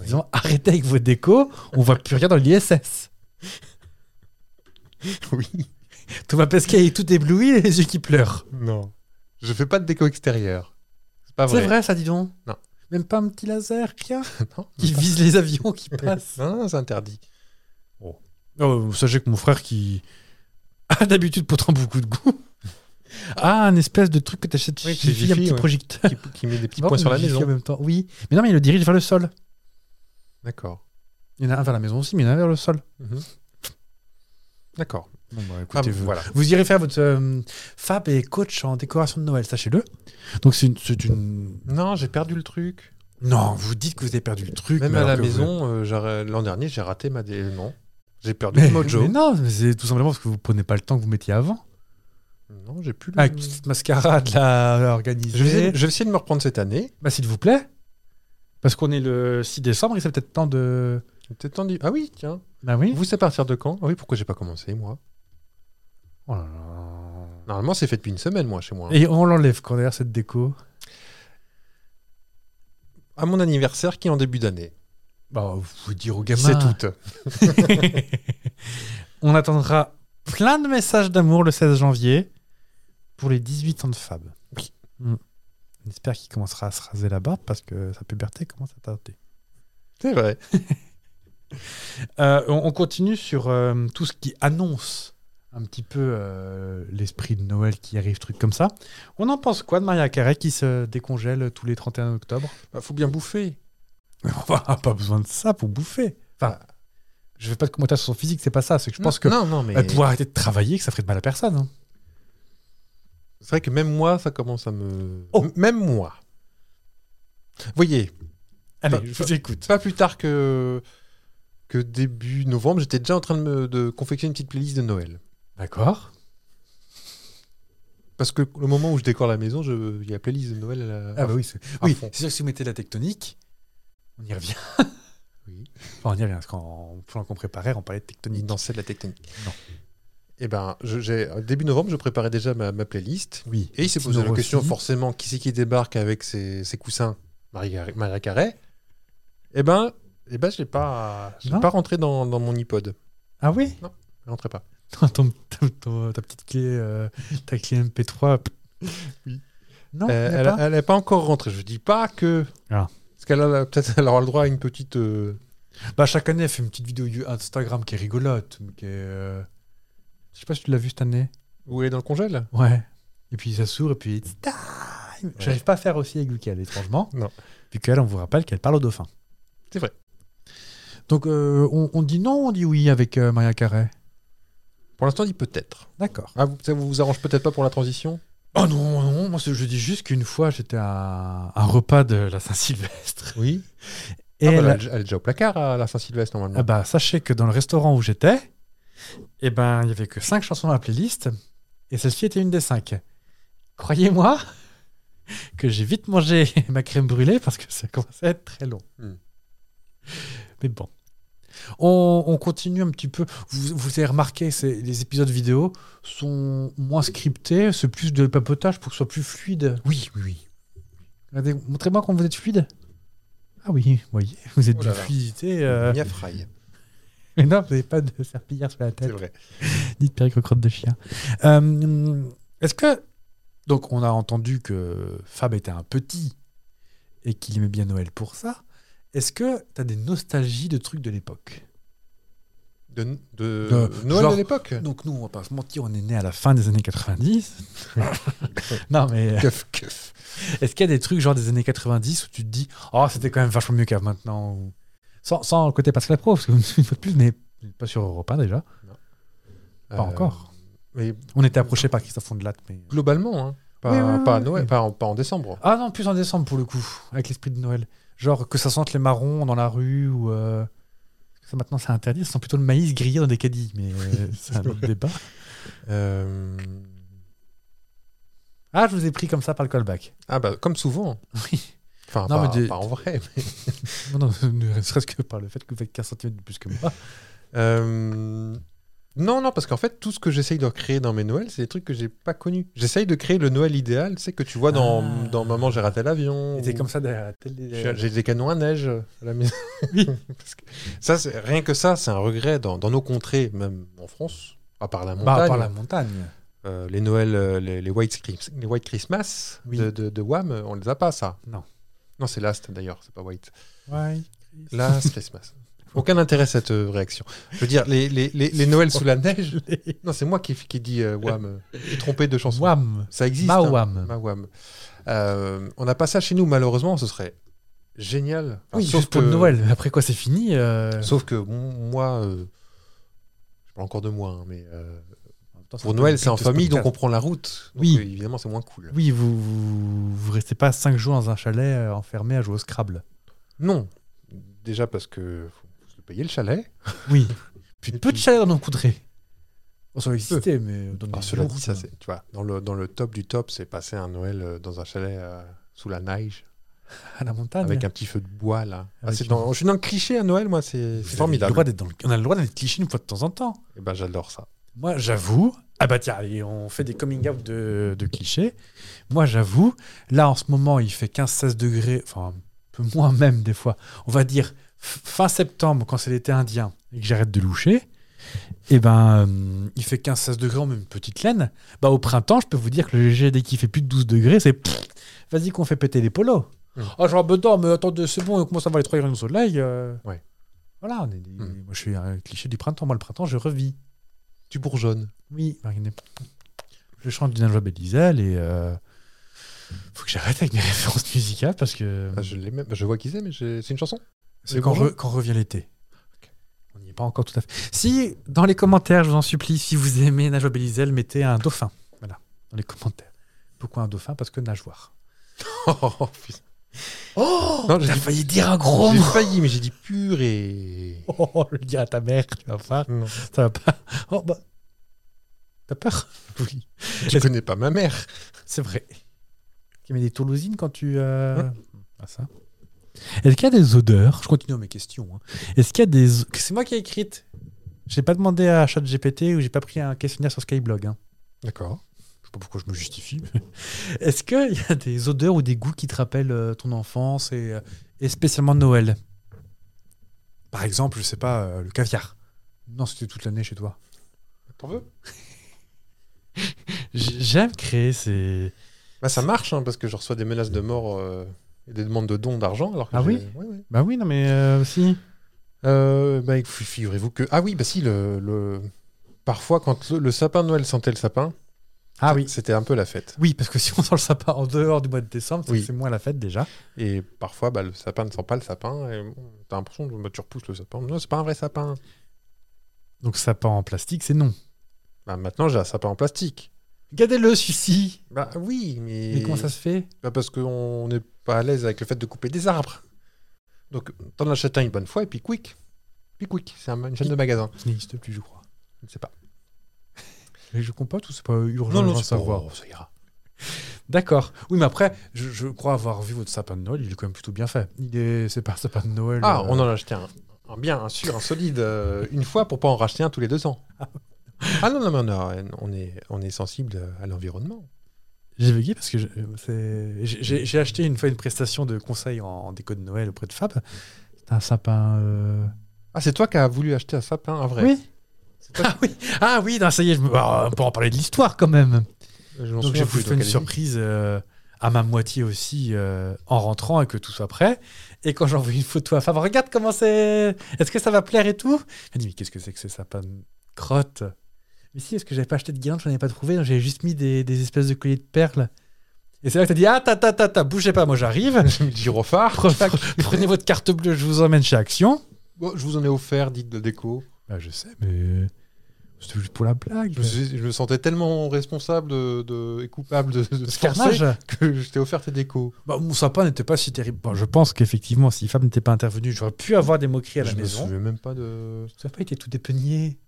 S2: Oui.
S1: disant arrêtez avec vos décos, on voit plus rien dans l'ISS.
S2: [LAUGHS] Oui.
S1: Thomas Pesquet est tout ébloui, il a les yeux qui pleurent.
S2: Non. Je fais pas de déco extérieure. C'est pas vrai.
S1: C'est vrai ça, dis donc
S2: Ah Non.
S1: Même pas un petit laser, rien
S2: Non.
S1: qui vise les avions [LAUGHS] qui passent.
S2: Non, non, c'est interdit.
S1: Oh, vous sachez que mon frère qui [LAUGHS] a d'habitude pourtant beaucoup de goût a un espèce de truc que t'achètes
S2: Oui,
S1: chez
S2: chez
S1: Jiffy, un
S2: Jiffy,
S1: petit
S2: ouais.
S1: projecteur.
S2: Qui, Ah. qui met des petits points sur la
S1: Jiffy en
S2: maison.
S1: même temps. Oui, mais non mais il le dirige vers le sol.
S2: D'accord.
S1: Il y en a un vers la maison aussi, mais il y en a un vers le sol.
S2: Mhm. D'accord.
S1: Bon, bah,
S2: Ah,
S1: écoutez, vous,
S2: voilà.
S1: vous irez faire votre euh, Fab et coach en décoration de Noël, sachez-le. Donc c'est une, c'est une-
S2: Non, j'ai perdu le truc.
S1: Non, vous dites que vous avez perdu le truc.
S2: Même
S1: mais
S2: à la
S1: alors que vous-
S2: maison, euh, j'arrête- l'an dernier, j'ai raté ma. dé- Non, j'ai perdu
S1: Mais,
S2: le mojo.
S1: mais non, mais c'est tout simplement parce que vous prenez pas le temps que vous mettiez avant.
S2: Non, j'ai plus. Le...
S1: Avec toute cette mascarade là organisée.
S2: Ah, Je, vais essayer, je vais essayer de me reprendre cette année.
S1: Bah s'il vous plaît. Parce qu'on est le 6 décembre, il serait peut-être temps de...
S2: J'ai peut-être tendu- Ah oui, tiens.
S1: Bah oui.
S2: Vous, c'est à partir de quand Ah oui, pourquoi j'ai pas commencé moi
S1: Oh là là.
S2: Normalement, c'est fait depuis une semaine, moi, chez moi.
S1: Et on l'enlève quand d'ailleurs cette déco.
S2: À mon anniversaire, qui est en début d'année.
S1: Bah, vous dire au
S2: C'est tout.
S1: [LAUGHS] on attendra plein de messages d'amour le 16 janvier pour les 18 ans de Fab.
S2: Oui.
S1: Mm. On espère qu'il commencera à se raser la barbe parce que sa puberté commence à tarder.
S2: C'est vrai.
S1: Euh, on, on continue sur euh, tout ce qui annonce un petit peu euh, l'esprit de Noël qui arrive, truc comme ça. On en pense quoi de Maria Carré qui se décongèle tous les 31 octobre
S2: Bah, faut bien bouffer.
S1: On n'a pas besoin de ça pour bouffer. Enfin, je ne fais pas de commentaire sur son physique, c'est pas ça. C'est que je pense que
S2: non, non, mais
S1: elle pourrait arrêter de travailler, que ça ferait de mal à personne. hein.
S2: c'est vrai que même moi, ça commence à me.
S1: Oh.
S2: M- Même moi. Voyez,
S1: Allez,
S2: Pas-
S1: je vous écoute.
S2: pas plus tard que que début novembre, j'étais déjà en train de, me, de confectionner une petite playlist de Noël.
S1: D'accord.
S2: Parce que le moment où je décore la maison, je- il y a la playlist de Noël. à la-
S1: Ah bah oui, c'est
S2: oui,
S1: oui, c'est sûr que si vous mettez la tectonique, on y revient. [LAUGHS]
S2: Oui.
S1: Enfin, on y revient, parce qu'en pendant qu'on préparait, on parlait de
S2: ni
S1: tectonique.
S2: danser de la technique.
S1: Non.
S2: Eh ben, je- j'ai début novembre, je préparais déjà ma, ma playlist.
S1: Oui.
S2: Et il s'est
S1: Tino
S2: posé la
S1: Rossi.
S2: question forcément, qui c'est qui débarque avec ses, ses coussins Maria Maria Carré Eh ben, eh ben, je l'ai pas, je l'ai
S1: Non.
S2: pas rentré dans, dans mon iPod.
S1: Ah oui [LAUGHS]
S2: Elle rentrait pas.
S1: ton, ton- ton- ton- ta petite clé, euh, ta clé MP3. [LAUGHS]
S2: Oui.
S1: Non,
S2: Euh,
S1: Ah, y a
S2: elle,
S1: pas
S2: elle est pas encore rentrée. Je dis pas que.
S1: Ah.
S2: Parce qu'elle a peut-être elle aura le droit à une petite. euh,
S1: Bah, chaque année, elle fait une petite vidéo you- Instagram qui est rigolote. mais Qui est, euh, Je sais pas si tu l'as vu cette année.
S2: où elle est dans le congèle
S1: Ouais. Et puis ça s'ouvre, et puis it's time J'arrive pas à faire aussi avec Lucas, étrangement.
S2: Non.
S1: Vu qu'elle, on vous rappelle qu'elle parle au dauphin.
S2: C'est vrai.
S1: Donc, euh, on, on dit non, on dit oui avec euh, Maria Carré.
S2: Pour l'instant, il dit peut-être.
S1: D'accord.
S2: Ah, vous- ça vous, vous arrange peut-être pas pour la transition
S1: Oh non, non, moi c'est- je dis juste qu'une fois j'étais à un repas de la Saint-Sylvestre.
S2: Oui.
S1: Et
S2: Ah, bah,
S1: elle-
S2: elle, elle est déjà au placard à la Saint-Sylvestre normalement.
S1: Ah bah, sachez que dans le restaurant où j'étais, eh ben, il n'y avait que 5 chansons dans la playlist, et celle-ci était une des 5. Croyez-moi [LAUGHS] que j'ai vite mangé [LAUGHS] ma crème brûlée parce que ça commençait à être très long.
S2: Hmm.
S1: Mais bon. On, on continue un petit peu. Vous, vous avez remarqué, c'est- les épisodes vidéo sont moins scriptés, c'est plus de papotage pour que ce soit plus fluide. Oui, oui, oui. Regardez, montrez-moi quand vous êtes fluide. Ah oui, voyez, vous êtes
S2: Oh
S1: d'une
S2: là là.
S1: fluidité. euh,
S2: Mia Fry,
S1: [LAUGHS] mais non, vous n'avez pas de serpillière sur la
S2: c'est
S1: tête,
S2: vrai.
S1: ni de perruque aux crottes de chien. Euh, Est-ce que. Donc, on a entendu que Fab était un petit et qu'il aimait bien Noël pour ça. Est-ce que tu as des nostalgies de trucs de l'époque
S2: De, de,
S1: De-
S2: Noël
S1: genre- [LAUGHS]
S2: de l'époque
S1: Donc, nous, on va pas se mentir, on est né à la fin des années 90. [LAUGHS] non, mais euh,
S2: Keuf, keuf.
S1: est-ce qu'il y a des trucs genre des années 90 où tu te dis, oh, c'était quand même vachement mieux qu'avant maintenant ou- sans, sans le côté Pascal Pro, parce que une fois de plus, vous n'êtes pas sur Europe 1 déjà. Pas
S2: Euh,
S1: encore.
S2: Mais
S1: On était approché par Christophe Fondelat, mais.
S2: globalement, hein, pas,
S1: Oui, oui, oui,
S2: pas à
S1: oui.
S2: Noël, pas en, pas en décembre.
S1: Ah non, plus en décembre pour le coup, avec l'esprit de Noël. Genre que ça sente les marrons dans la rue ou. euh, Ça maintenant c'est interdit, ça sent plutôt le maïs grillé dans des caddies, mais euh, [LAUGHS] c'est un autre débat.
S2: Euh,
S1: Ah, je vous ai pris comme ça par le callback.
S2: Ah bah comme souvent.
S1: Oui.
S2: Enfin,
S1: Non,
S2: pas,
S1: mais des-
S2: pas en vrai. mais-
S1: Non, non, [LAUGHS] ne serait-ce que par le fait que vous faites 15 cm de plus que moi.
S2: Oh. Euh, Non, non, parce qu'en fait, tout ce que j'essaye de recréer dans mes Noëls, c'est des trucs que j'ai pas connus. J'essaye de créer le Noël idéal, c'est que tu vois dans,
S1: Ah.
S2: dans Maman, j'ai raté l'avion.
S1: Et t'es
S2: ou-
S1: comme ça derrière la télé.
S2: J'ai- J'ai des canons à neige à la maison.
S1: [LAUGHS] Oui.
S2: [LAUGHS] Parce que ça, c'est- rien que ça, c'est un regret dans, dans nos contrées, même en France, à part la
S1: Bah,
S2: montagne.
S1: par la montagne.
S2: Euh, les Noëls, euh, les, les White, Christ- les White Christmas
S1: Oui.
S2: de, de, de Wham, euh, on les a pas, ça.
S1: Non.
S2: Non, c'est Last d'ailleurs, c'est
S1: [LAUGHS]
S2: pas White.
S1: Ouais.
S2: Last Christmas. Aucun intérêt cette euh, réaction. Je veux dire, les, les, les, les Noëls sous la neige. Non, c'est moi qui, qui dis euh, Wham. euh, Je suis trompé de chanson.
S1: Wham.
S2: Ça existe.
S1: Ma
S2: hein.
S1: Wham.
S2: Ma Wham. Euh, on n'a pas ça chez nous, malheureusement, ce serait génial. Enfin,
S1: Oui, sauf pour
S2: que-
S1: Noël. Après quoi, c'est fini. euh,
S2: Sauf que m- moi, euh, je parle encore de moi, hein, mais euh,
S1: en même temps,
S2: pour
S1: ça
S2: Noël, c'est en
S1: complique de se
S2: famille, donc
S1: communiquer.
S2: on prend la route. Donc,
S1: Oui.
S2: euh, évidemment, c'est moins cool.
S1: Oui, vous, vous, vous restez pas 5 jours dans un chalet euh, enfermé à jouer au Scrabble.
S2: Non. Déjà parce que faut faut se payer le chalet.
S1: Oui. Puis
S2: Et
S1: peu de
S2: puis-
S1: chalets dans nos coudrées. On s'en existait, mais dans
S2: Alors,
S1: des
S2: cela
S1: jours,
S2: dit, ça,
S1: quoi.
S2: c'est, tu vois, dans le, dans le top du top, c'est passer un Noël euh, dans un chalet euh, sous la neige,
S1: à la montagne. hein.
S2: avec un petit feu de bois, là. Ah,
S1: Ah, Avec
S2: c'est
S1: une-
S2: dans- Je suis dans le cliché à Noël, moi, c'est, c'est
S1: Vous avez le
S2: formidable.
S1: droit d'être dans le- On a le droit d'être cliché une fois de temps en temps.
S2: Eh ben, j'adore ça.
S1: Moi, j'avoue, Ah bah tiens, allez, on fait des coming out de, de clichés. Moi, j'avoue, là, en ce moment, il fait 15-16 degrés, enfin, un peu moins même des fois. On va dire f- fin septembre, quand c'est l'été indien, et que j'arrête de loucher, et ben, euh, il fait 15-16 degrés, on met une petite laine. Bah, au printemps, je peux vous dire que le GG, dès qu'il fait plus de 12 degrés, c'est pfff, vas-y qu'on fait péter les polos.
S2: Mm.
S1: Ah, genre, dedans, mais attendez, c'est bon, on commence à voir les trois rayons de soleil. euh.
S2: Ouais.
S1: Voilà, on est des-
S2: Mm.
S1: moi, je suis un cliché du printemps. Moi, le printemps, je revis.
S2: Tu bourgeonnes.
S1: Oui, regardez. Je chante du Ninja Belizel et euh, faut que j'arrête avec mes [LAUGHS] références musicales parce que
S2: Ah, je, l'ai même... je vois qui c'est, mais j'ai- c'est
S1: [LAUGHS]
S2: une chanson.
S1: c'est
S2: le
S1: quand, hein
S2: bonjour.
S1: re- quand revient l'été. On n'y est pas encore tout à fait. Si, dans les commentaires, je vous en supplie, si vous aimez Najwa Belizel, mettez un dauphin. Voilà, dans les commentaires. Pourquoi un dauphin Parce que nageoire.
S2: Oh, putain.
S1: Oh
S2: Non, j'ai
S1: J'ai
S2: dit-
S1: failli dire un gros
S2: J'ai
S1: mot
S2: failli, mais j'ai dit purée.
S1: [LAUGHS] Oh, je vais le dire à ta mère, tu vas voir. [LAUGHS]
S2: Non,
S1: Ça va pas. Oh, bah. T'as peur [LAUGHS]
S2: oui.
S1: Est-ce-
S2: Tu connais pas ma mère.
S1: C'est vrai. Qui met des toulousines quand tu. euh, Ah, ça. Est-ce qu'il y a des odeurs Je continue mes questions. hein. Est-ce qu'il y a des. C'est moi qui ai écrite. Je n'ai pas demandé à ChatGPT ou j'ai pas pris un questionnaire sur Skyblog. hein.
S2: D'accord.
S1: Je sais pas pourquoi je me justifie. [LAUGHS] mais- Est-ce qu'il y a des odeurs ou des goûts qui te rappellent euh, ton enfance et, euh, et spécialement Noël Par exemple, je sais pas, euh, le caviar. Non, c'était toute l'année chez toi.
S2: T'en veux
S1: J- J'aime créer ces.
S2: Bah, ça marche, hein, parce que je reçois des menaces de mort euh, et des demandes de dons d'argent. Alors que
S1: Ah
S2: j'ai-
S1: oui
S2: Ouais, ouais.
S1: Bah oui, non, mais euh, si.
S2: Euh, bah, écoute, figurez-vous que. Ah oui, bah si, le. le- Parfois, quand le, le sapin de Noël sentait le sapin,
S1: Ah oui.
S2: c'était un peu la fête.
S1: Oui, parce que si on [LAUGHS] sort le sapin en dehors du mois de décembre, c'est
S2: Oui.
S1: que c'est moins la fête déjà.
S2: Et parfois, bah, le sapin ne sent pas le sapin. Et bon, t'as l'impression que bah, tu repousses le sapin. Non, c'est pas un vrai sapin.
S1: Donc sapin en plastique, c'est non.
S2: Bah, maintenant, j'ai un sapin en plastique.
S1: Regardez-le celui-ci.
S2: Bah oui, mais.
S1: Mais comment ça se fait
S2: Bah, Parce qu'on n'est pas à l'aise avec le fait de couper des arbres. Donc, t'en achètes un une bonne fois et puis quick. Puis quick, c'est un- une chaîne de magasins.
S1: Qui n'existe plus, je crois.
S2: Je ne sais pas.
S1: Et je compote ou c'est pas urgent de
S2: c'est pas-
S1: savoir
S2: oh, ça ira.
S1: D'accord. Oui, mais après, je, je crois avoir vu votre sapin de Noël, il est quand même plutôt bien fait. Il est, c'est pas un sapin de Noël.
S2: Ah,
S1: euh,
S2: on en a acheté un, un bien, un sûr, un solide, euh, une fois pour pas en racheter un tous les
S1: [LAUGHS]
S2: deux ans. Ah non, non, mais on, a- on est, on est sensible à l'environnement.
S1: J'ai bugué parce que je- euh, c'est- j'ai- j'ai j'ai acheté une fois une prestation de conseil en, en déco de Noël auprès de Fab. C'est un sapin. euh,
S2: Ah, c'est toi qui as voulu acheter un sapin, un vrai
S1: Oui.
S2: C'est toi
S1: Ah oui, ah oui, non, ça y est, je me... Ah, on peut en parler de l'histoire quand même.
S2: Je
S1: Donc
S2: m'en
S1: j'ai
S2: souviens
S1: voulu
S2: plus,
S1: faire une
S2: donc, [LAUGHS] allez-y.
S1: surprise euh, à ma moitié aussi euh, en rentrant et que tout soit prêt. Et quand j'ai envoyé une photo à Fab, regarde comment c'est. Est-ce que ça va plaire et tout Elle dit mais qu'est-ce que c'est que ces sapins de crotte Mais si, est-ce que j'avais pas acheté de guirlande, j'en avais pas trouvé, donc j'avais juste mis des, des espèces de colliers de perles. Et c'est là que t'as dit ah ta ta ta ta bougez pas, moi
S2: [LAUGHS]
S1: j'arrive.
S2: J'ai mis le gyrophare.
S1: Pre- pre- Prenez votre carte bleue, je vous emmène chez Action.
S2: Bon, je vous en ai offert, dites de déco.
S1: Bah je sais, mais c'était juste pour la blague.
S2: Je me, suis- je me sentais tellement responsable de, de- et coupable de, de ce
S1: Carnage.
S2: que je t'ai offert tes décos.
S1: Bah, mon sapin n'était pas si terrible. Bon, je pense qu'effectivement, si Fab n'était pas intervenu, j'aurais pu avoir des moqueries à la
S2: je
S1: maison.
S2: me souviens même pas de.
S1: Mon sapin était tout dépeigné.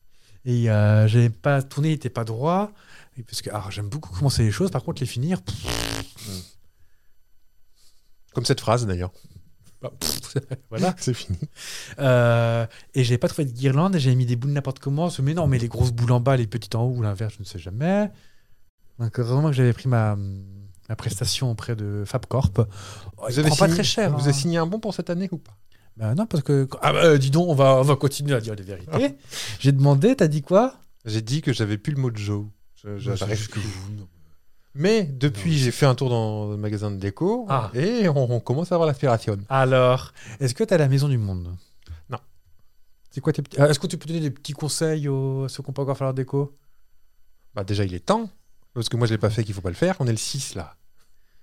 S1: Et euh, j'avais pas tourné, il n'était pas droit. Et parce que alors, j'aime beaucoup commencer les choses, par contre, les finir, pff,
S2: Comme cette phrase d'ailleurs.
S1: bah, pff, [LAUGHS] voilà.
S2: C'est fini.
S1: Euh, et j'avais pas trouvé de guirlande, et j'avais mis des boules n'importe comment. parce que, Mais non, mais les grosses boules en bas, les petites en haut, ou l'inverse, je ne sais jamais. Donc, heureusement que j'avais pris ma, ma prestation auprès de Fab Corp. Oh, il prend pas
S2: signé-
S1: très cher.
S2: Vous
S1: hein.
S2: avez signé un bon pour cette année ou pas
S1: Bah non, parce que. Ah bah, euh, dis donc, on va, on va continuer à dire les vérités. J'ai demandé, t'as dit quoi
S2: J'ai dit que j'avais plus le mojo. Je- je- j'arrête.
S1: vous.
S2: Mais depuis, j'ai fait un tour dans le magasin de déco
S1: Ah.
S2: et on, on commence à avoir l'aspiration.
S1: Alors, est-ce que t'as la maison du monde
S2: Non.
S1: C'est quoi tes petits- Ah, Est-ce que tu peux donner des petits conseils aux... à ceux qui n'ont pas encore fait leur déco
S2: Bah déjà, il est temps parce que moi je l'ai pas fait, qu'il faut pas le faire. On est le 6 là.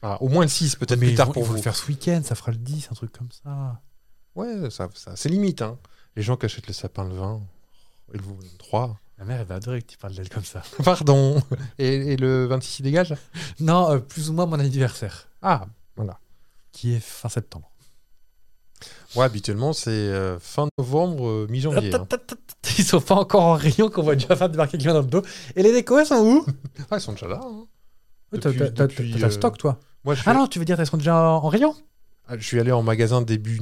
S2: Ah, au moins le 6, peut-être
S1: Mais
S2: plus
S1: ils
S2: tard
S1: vont-
S2: pour
S1: ils vont
S2: vous.
S1: le faire ce week-end, ça fera le 10, un truc comme ça.
S2: Ouais, ça, ça- c'est limite. hein. Les gens qui achètent le sapin le 20 et le 23.
S1: Ma mère, elle va adorer que tu parles d'elle comme ça.
S2: [LAUGHS] Pardon. Et, et le 26, il dégage
S1: Non, euh, plus ou moins mon anniversaire,
S2: Ah,
S1: qui est fin septembre.
S2: moi habituellement, c'est euh, fin novembre, euh, mi-janvier. hein.
S1: [LAUGHS] Ils sont pas encore en rayon qu'on voit déjà Fab débarquer quelqu'un dans le dos. Et les décos, elles sont où
S2: Ah, ils sont déjà là. hein.
S1: T'as
S2: Depuis-
S1: t'as- t'as-
S2: depuis,
S1: t'as
S2: euh,
S1: stock, toi
S2: Moi, je suis,
S1: Ah non, tu veux dire qu'elles sont déjà en en rayon
S2: ah, je suis allé en magasin début,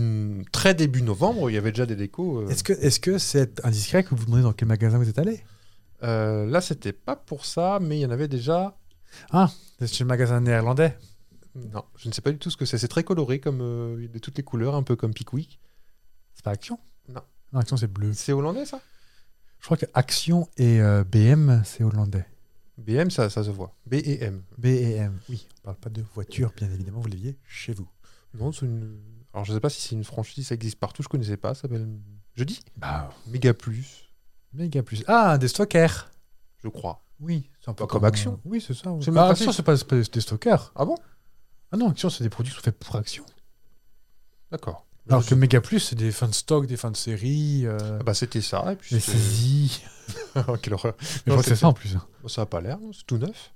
S2: très début novembre. Il y avait déjà des décos. euh.
S1: Est-ce que est-ce que c'est indiscret que vous vous demandez dans quel magasin vous êtes allé
S2: Euh, là, c'était pas pour ça, mais il y en avait déjà.
S1: C'est chez le magasin néerlandais.
S2: Non, je ne sais pas du tout ce que c'est. C'est très coloré, comme euh, de toutes les couleurs, un peu comme Pickwick.
S1: C'est pas Action
S2: Non.
S1: Non, Action, c'est bleu.
S2: C'est hollandais, ça
S1: Je crois que Action et euh, BM, c'est hollandais.
S2: BM, ça, ça se voit. B et M.
S1: BM, oui. On parle pas de voiture, bien évidemment, vous l'aviez chez vous.
S2: Non, c'est une. Alors, je sais pas si c'est une franchise, ça existe partout, je connaissais pas. Ça s'appelle. Je dis
S1: Bah,
S2: Méga Plus,
S1: méga plus. Ah, des stockers.
S2: je crois.
S1: Oui, c'est un peu
S2: Pas comme Action.
S1: Oui, c'est ça. oui.
S2: C'est
S1: Bah,
S2: même pas
S1: Action,
S2: fait.
S1: c'est pas c'est pas des stockers.
S2: Ah bon
S1: Ah non, Action, c'est des produits qui sont faits pour Action.
S2: D'accord.
S1: Alors
S2: Je
S1: que Mega Plus, c'est des fins de stock, des fins de série, euh,
S2: Ah bah, c'était ça. Et puis
S1: des
S2: c'était-
S1: saisies.
S2: Oh, [LAUGHS] Quelle horreur.
S1: Je crois que c'est ça en plus. hein.
S2: Bon, Ça a pas l'air, non, c'est tout neuf.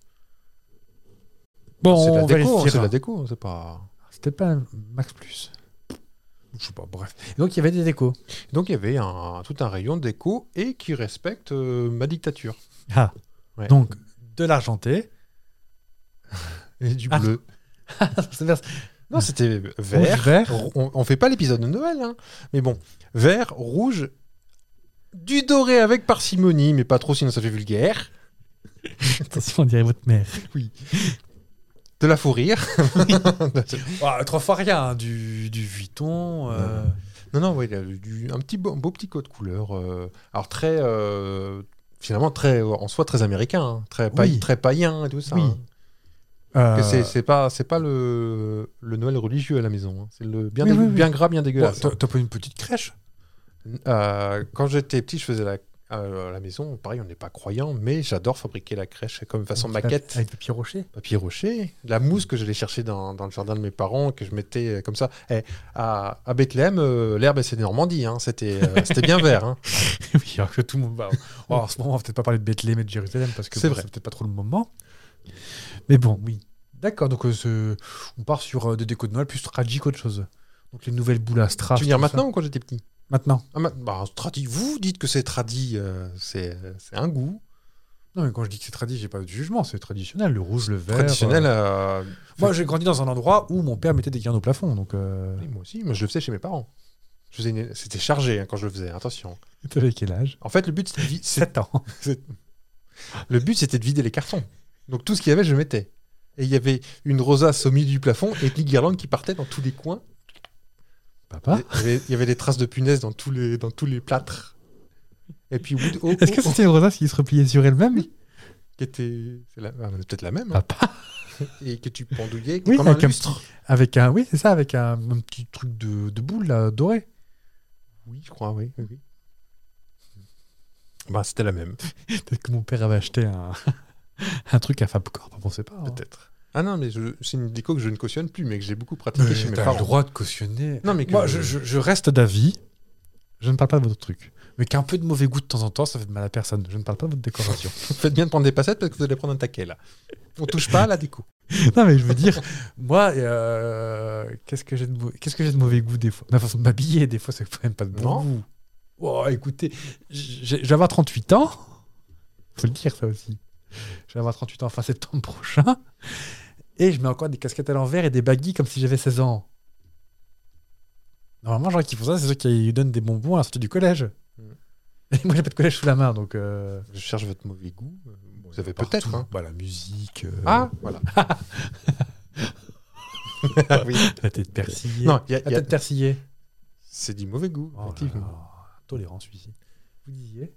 S1: Bon,
S2: c'est de la
S1: on
S2: déco, hein,
S1: vérifiera.
S2: c'est de la déco, hein, c'est pas.
S1: C'était pas un Max Plus. Je sais pas, bref. Et donc il y avait des décos.
S2: Donc il y avait un, tout un rayon de déco et qui respecte euh, ma dictature.
S1: Ah.
S2: Ouais.
S1: Donc de l'argenté.
S2: Et du
S1: Ah.
S2: bleu.
S1: C'est vers- Oh,
S2: Non, c'était
S1: Rouge,
S2: vert.
S1: vert.
S2: Rou- On, on fait pas l'épisode de Noël, hein. mais bon, vert, rouge, du doré avec parcimonie, mais pas trop sinon ça fait vulgaire.
S1: Attention, on dirait votre mère.
S2: De la faux rire.
S1: Ah, trois fois rien, hein, du, du Vuitton. euh,
S2: non, non, ouais, il a du- un petit beau, un beau petit code couleur. euh, alors très, euh, finalement très, en soi très américain, hein, très, pa-
S1: Oui.
S2: très païen et tout ça.
S1: Oui.
S2: hein.
S1: euh,
S2: Que c'est- C'est pas, c'est pas le, le Noël religieux à la maison. hein. C'est le bien,
S1: Oui,
S2: dégueu-
S1: oui, oui.
S2: bien gras, bien
S1: bon,
S2: dégueulasse. hein.
S1: T'as t'as pas une petite crèche
S2: Euh, quand j'étais petit, je faisais la, euh, à la maison. Pareil, on n'est pas croyant, mais j'adore fabriquer la crèche comme façon
S1: Avec-
S2: maquette.
S1: Avec Papier Rocher
S2: Papier rocher, de la mousse que j'allais chercher dans, dans le jardin de mes parents, que je mettais euh, comme ça. Eh, à, à Bethléem, euh, l'herbe, c'est Normandie. hein. C'était euh, c'était bien vert. hein.
S1: [LAUGHS] Oui, alors que tout le monde. bah, [LAUGHS] oh, en ce moment, on va peut-être pas parler de Bethléem et de Jérusalem parce que
S2: C'est
S1: bon,
S2: vrai.
S1: peut-être pas trop le moment. Mais bon, oui. D'accord, donc euh, ce- on part sur euh, des décos de Noël plus tragiques qu'autre chose. Donc les nouvelles boules à strass,
S2: tu veux dire
S1: tout ça.
S2: maintenant ou quand j'étais petit
S1: Maintenant.
S2: Ah, ma- bah, tradi- Vous dites que c'est tradi, euh, c'est c'est un goût.
S1: Non, mais quand je dis que c'est tradit, j'ai pas de jugement, c'est traditionnel, le rouge, le vert.
S2: Traditionnel.
S1: euh.
S2: euh,
S1: Moi, j'ai grandi dans un endroit où mon père mettait des guirlandes au plafond, donc. Euh...
S2: Oui, moi aussi, mais je le faisais chez mes parents. Je faisais une- C'était chargé hein, quand je le faisais, attention.
S1: [LAUGHS] T'avais quel âge
S2: En fait, le but, c'était de vi-
S1: [LAUGHS]
S2: c'est-
S1: 7 ans.
S2: le but, c'était de vider les cartons. Donc tout ce qu'il y avait, je le mettais. Et il y avait une rosace au milieu du plafond et une guirlande qui partait dans tous les coins.
S1: Papa
S2: il, y avait, il y avait des traces de punaises dans tous les, dans tous les plâtres. Et puis au bout de- au-
S1: [LAUGHS] Est-ce que
S2: au-
S1: c'était une rosace qui se repliait sur elle-même
S2: qui était c'est la- ah, c'est peut-être la même hein.
S1: [LAUGHS] Papa
S2: et que tu pendouillais
S1: Oui,
S2: comme un
S1: avec un
S2: lustre.
S1: Avec un. Oui, c'est ça, avec un, un petit truc de, de boule là, doré.
S2: Oui, je crois, oui. oui, oui. Bah, c'était la même.
S1: Peut-être que mon père avait acheté un, [LAUGHS] un truc à FabCorp, on sait pas. hein.
S2: Peut-être. Ah non, mais je- c'est une déco que je ne cautionne plus, mais que j'ai beaucoup
S1: Mais
S2: pratiquée chez mes
S1: t'as
S2: parents.
S1: le droit de cautionner.
S2: Non, mais que-
S1: Moi, je, je- je reste d'avis. Je ne parle pas de votre truc. Mais qu'un peu de mauvais goût de temps en temps, ça fait de mal à personne. Je ne parle pas de votre décoration.
S2: [LAUGHS] Faites bien de prendre des passettes parce que vous allez prendre un taquet là. On touche pas à la déco.
S1: non, mais je veux dire, moi, euh, qu'est-ce que j'ai de, mau- qu'est-ce que j'ai de mauvais goût des fois Ma façon de m'habiller, des fois, c'est quand même pas de bon
S2: Non.
S1: goût. Oh, écoutez, j'ai- je vais avoir 38 ans. Faut le dire, ça aussi. Je vais avoir 38 ans fin septembre prochain. Et je mets encore des casquettes à l'envers et des baguilles comme si j'avais 16 ans. Normalement, les gens qui font ça, c'est ceux qui donnent des bonbons à la sortie du collège.
S2: Mm.
S1: Et moi, j'ai pas de collège sous la main, donc. euh,
S2: Je cherche votre mauvais goût. Euh, Vous avez peut-être.
S1: partout.
S2: hein.
S1: Bah, la musique. euh,
S2: Ah, voilà. [LAUGHS] Ah oui.
S1: La tête persillée.
S2: Non, il y a- il
S1: la
S2: y a-
S1: tête persillée.
S2: c'est du mauvais goût,
S1: Oh là
S2: effectivement.
S1: là, Tolérant celui-ci. Vous disiez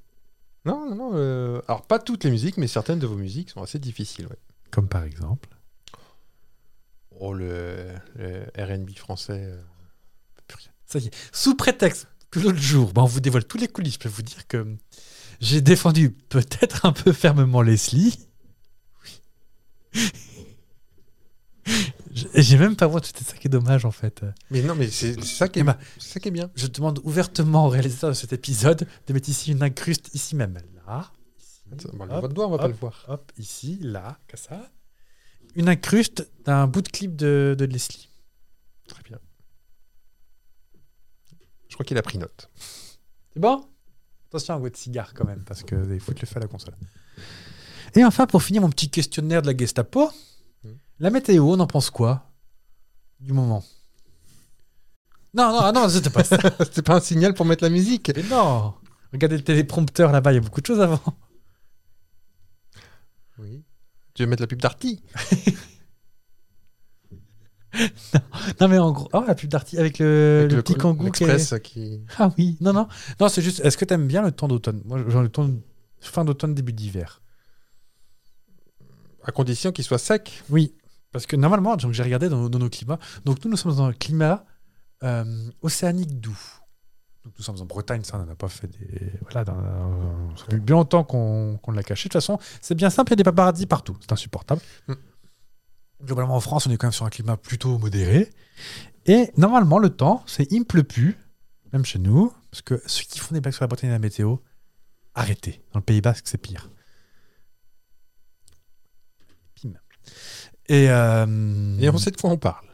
S2: Non, non, non. euh, Alors, pas toutes les musiques, mais certaines de vos musiques sont assez difficiles. ouais.
S1: Comme par exemple
S2: Oh, le, le RB français. euh,
S1: Ça y est, sous prétexte que l'autre jour, bah, on vous dévoile tous les coulisses, je peux vous dire que j'ai défendu peut-être un peu fermement Leslie. J'ai- [LAUGHS] J'ai même pas voix, c'était ça qui est dommage en fait.
S2: Mais non, mais c'est c'est ça, qui
S1: Eh
S2: est-
S1: ben.
S2: c'est ça qui est bien.
S1: Je demande ouvertement au réalisateur de cet épisode de mettre ici une incruste, ici même, là, ici,
S2: Attends, bah,
S1: hop,
S2: votre doigt, on va pas
S1: hop.
S2: le voir.
S1: hop, ici, là, comme ça. Une incruste d'un bout de clip de, de Leslie.
S2: Très bien. Je crois qu'il a pris note. [LAUGHS]
S1: C'est bon Attention à un goût de cigare quand même, parce que vous allez foutre le feu à la console. Et enfin, pour finir mon petit questionnaire de la Gestapo,
S2: Hmm.
S1: la météo, on en pense quoi Du moment Non, non, ah non, c'était pas
S2: [LAUGHS]
S1: ça.
S2: C'était pas un signal pour mettre la musique.
S1: Mais non Regardez le téléprompteur là-bas, il y a beaucoup de choses avant. [LAUGHS]
S2: Oui. Tu veux mettre la pub d'Arty
S1: Non, mais en gros. Oh, la pub d'Arty avec le,
S2: Avec
S1: Euh, le petit
S2: col-
S1: kangou qui est-
S2: l'Express qui.
S1: Ah oui, non, non. Non, c'est juste, est-ce que t'aimes bien le temps d'automne Moi, genre le temps de- fin d'automne, début d'hiver.
S2: À condition qu'il soit sec.
S1: Oui, parce que normalement, donc, j'ai regardé dans, dans nos climats, donc nous, nous sommes dans un climat euh, océanique doux. Donc, nous sommes en Bretagne, ça, on n'en a pas fait des... Voilà, dans- dans- ça fait bien longtemps qu'on qu'on l'a caché. De toute façon, c'est bien simple, il y a des paparazzis partout. C'est insupportable.
S2: Mm.
S1: Globalement, en France, on est quand même sur un climat plutôt modéré. Et normalement, le temps, c'est il ne pleut plus, même chez nous, parce que ceux qui font des blagues sur la Bretagne et la météo, arrêtez. Dans le Pays Basque, c'est pire. Pim. Et, euh,
S2: Et on sait de quoi on parle.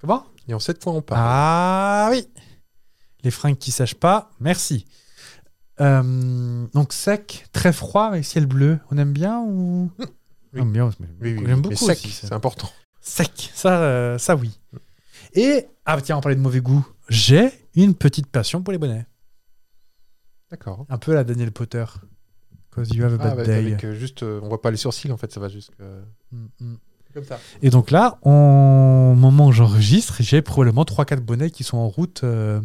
S1: Comment
S2: Et on sait de quoi on parle.
S1: ah oui Les fringues qui sèchent pas, merci. Euh, donc sec, très froid avec ciel bleu, on aime bien ou
S2: Oui.
S1: J'aime bien,
S2: Oui, oui, oui,
S1: j'aime
S2: mais
S1: beaucoup
S2: sec,
S1: aussi, ça.
S2: c'est important.
S1: Sec, ça, euh, ça oui. Et, ah tiens, on parlait de mauvais goût, j'ai une petite passion pour les bonnets.
S2: D'accord.
S1: Un peu à la Daniel Potter. Cause you have a
S2: Ah,
S1: bad
S2: avec,
S1: day.
S2: avec, euh, juste, euh, on voit pas les sourcils en fait, ça va juste. euh,
S1: Mm, mm.
S2: Comme ça.
S1: Et donc là, en- au moment où j'enregistre, j'ai probablement 3-4 bonnets qui sont en route, euh,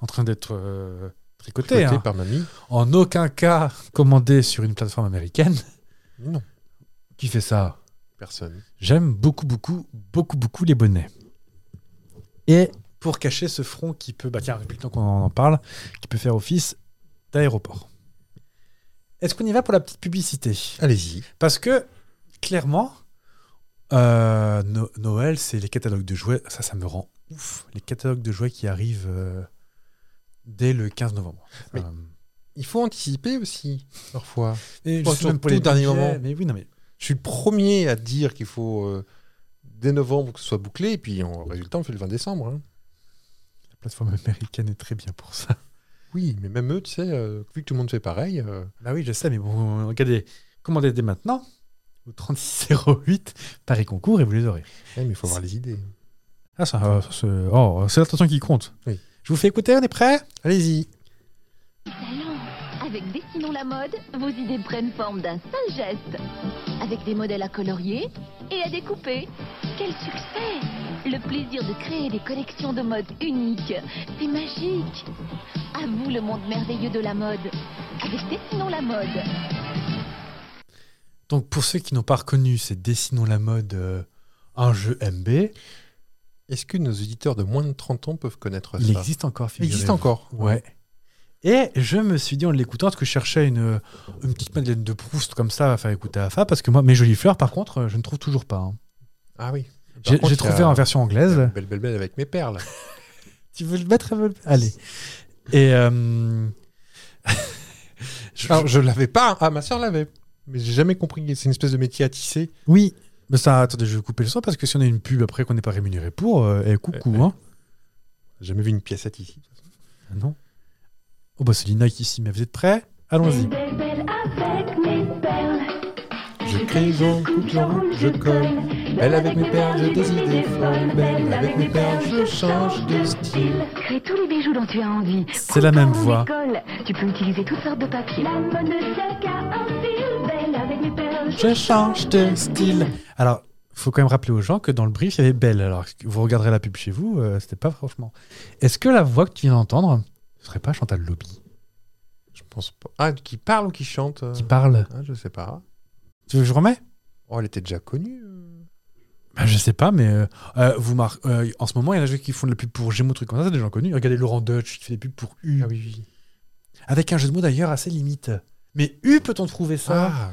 S1: en train d'être euh, tricotés. hein.
S2: par mamie.
S1: en aucun cas commandé sur une plateforme américaine.
S2: Non,
S1: Qui fait ça
S2: personne.
S1: J'aime beaucoup, beaucoup, beaucoup, beaucoup les bonnets. Et pour cacher ce front qui peut, bah tiens, depuis le temps qu'on en parle, qui peut faire office d'aéroport. Est-ce qu'on y va pour la petite publicité
S2: Allez-y.
S1: Parce que, clairement, euh, No- Noël, c'est les catalogues de jouets. Ça, ça me rend ouf. Les catalogues de jouets qui arrivent euh, dès le 15 novembre.
S2: Mais-
S1: Euh,
S2: Il faut anticiper aussi, parfois.
S1: et
S2: Pas
S1: je sais
S2: sur
S1: même pas
S2: tout
S1: Oh, les
S2: dernier
S1: budgets,
S2: moment.
S1: Mais oui, non, mais
S2: Je suis le premier à dire qu'il faut, euh, dès novembre, que ce soit bouclé, et puis en résultat, on fait le 20 décembre. hein.
S1: La plateforme américaine est très bien pour ça.
S2: Oui, mais même eux, tu sais, euh, vu que tout le monde fait pareil, euh,
S1: [LAUGHS] Bah oui, je sais, mais bon, regardez, commandez dès maintenant au 3608 Paris Concours et vous les aurez.
S2: eh, mais il faut avoir les idées.
S1: Ah, ça, euh, ça, c'est oh, c'est l'attention qui compte.
S2: Oui.
S1: Je vous fais écouter, on est prêts
S2: Allez-y.
S6: Talent. Avec Dessinons la mode, vos idées prennent forme d'un seul geste. Avec des modèles à colorier et à découper. Quel succès Le plaisir de créer des collections de mode uniques. C'est magique À vous le monde merveilleux de la mode. Avec Dessinons la mode.
S1: Donc, pour ceux qui n'ont pas reconnu, c'est Dessinons la mode, euh, un jeu MB.
S2: Est-ce que nos auditeurs de moins de 30 ans peuvent connaître
S1: Il
S2: ça
S1: existe encore,
S2: Il existe
S1: figurez-vous.
S2: encore.
S1: Ouais. Et je me suis dit en l'écoutant, parce que je cherchais une, une petite Madeleine de Proust comme ça à faire écouter à Fa, parce que moi, mes jolies fleurs, par contre, euh, je ne trouve toujours pas. hein.
S2: Ah oui. Par
S1: J'ai
S2: contre,
S1: j'ai
S2: il y a-
S1: trouvé en version anglaise.
S2: Belle, belle, belle avec mes perles.
S1: Tu veux le mettre elle veut le- Allez. Et. euh, [LAUGHS] je-
S2: Alors,
S1: je-
S2: je l'avais pas. Ah, ma soeur l'avait. Mais j'ai jamais compris. C'est une espèce de métier à tisser.
S1: Oui. Mais ça, attendez, je vais couper le son parce que si on a une pub après qu'on n'est pas rémunéré pour, euh, eh, coucou,
S2: Eh, eh.
S1: hein.
S2: J'ai jamais vu une pièce à tisser.
S1: Ah Non. Oh, bah, c'est Nike ici, mais vous êtes prêts Allons-y.
S2: Je crée, je coupe, je roule, je colle. Belle avec mes perles, j'ai des idées folles. Belle avec mes perles, je change de style.
S6: Crée tous les bijoux dont tu as envie.
S1: C'est la même voix.
S6: Tu peux utiliser toutes sortes de papiers.
S1: Je change de style. Alors, faut quand même rappeler aux gens que dans le brief, il y avait Belle. Alors, vous regarderez la pub chez vous, euh, c'était pas franchement. Est-ce que la voix que tu viens d'entendre, ce serait pas Chantal Lobby
S2: Je pense pas. Ah, qui parle ou qui chante euh
S1: qui parle
S2: Ah, Je sais pas.
S1: Tu veux que je remets
S2: Oh, elle était déjà connue. euh.
S1: Bah, je sais pas, mais euh, euh, vous mar- euh, en ce moment, il y en a des gens qui font de la pub pour Gémeaux, trucs comme ça, c'est des gens connus. Regardez Laurent Deutsch qui fait des pubs pour U.
S2: Ah oui, oui.
S1: Avec un jeu de mots d'ailleurs assez limite. Mais U, peut-on trouver ça
S2: Ah,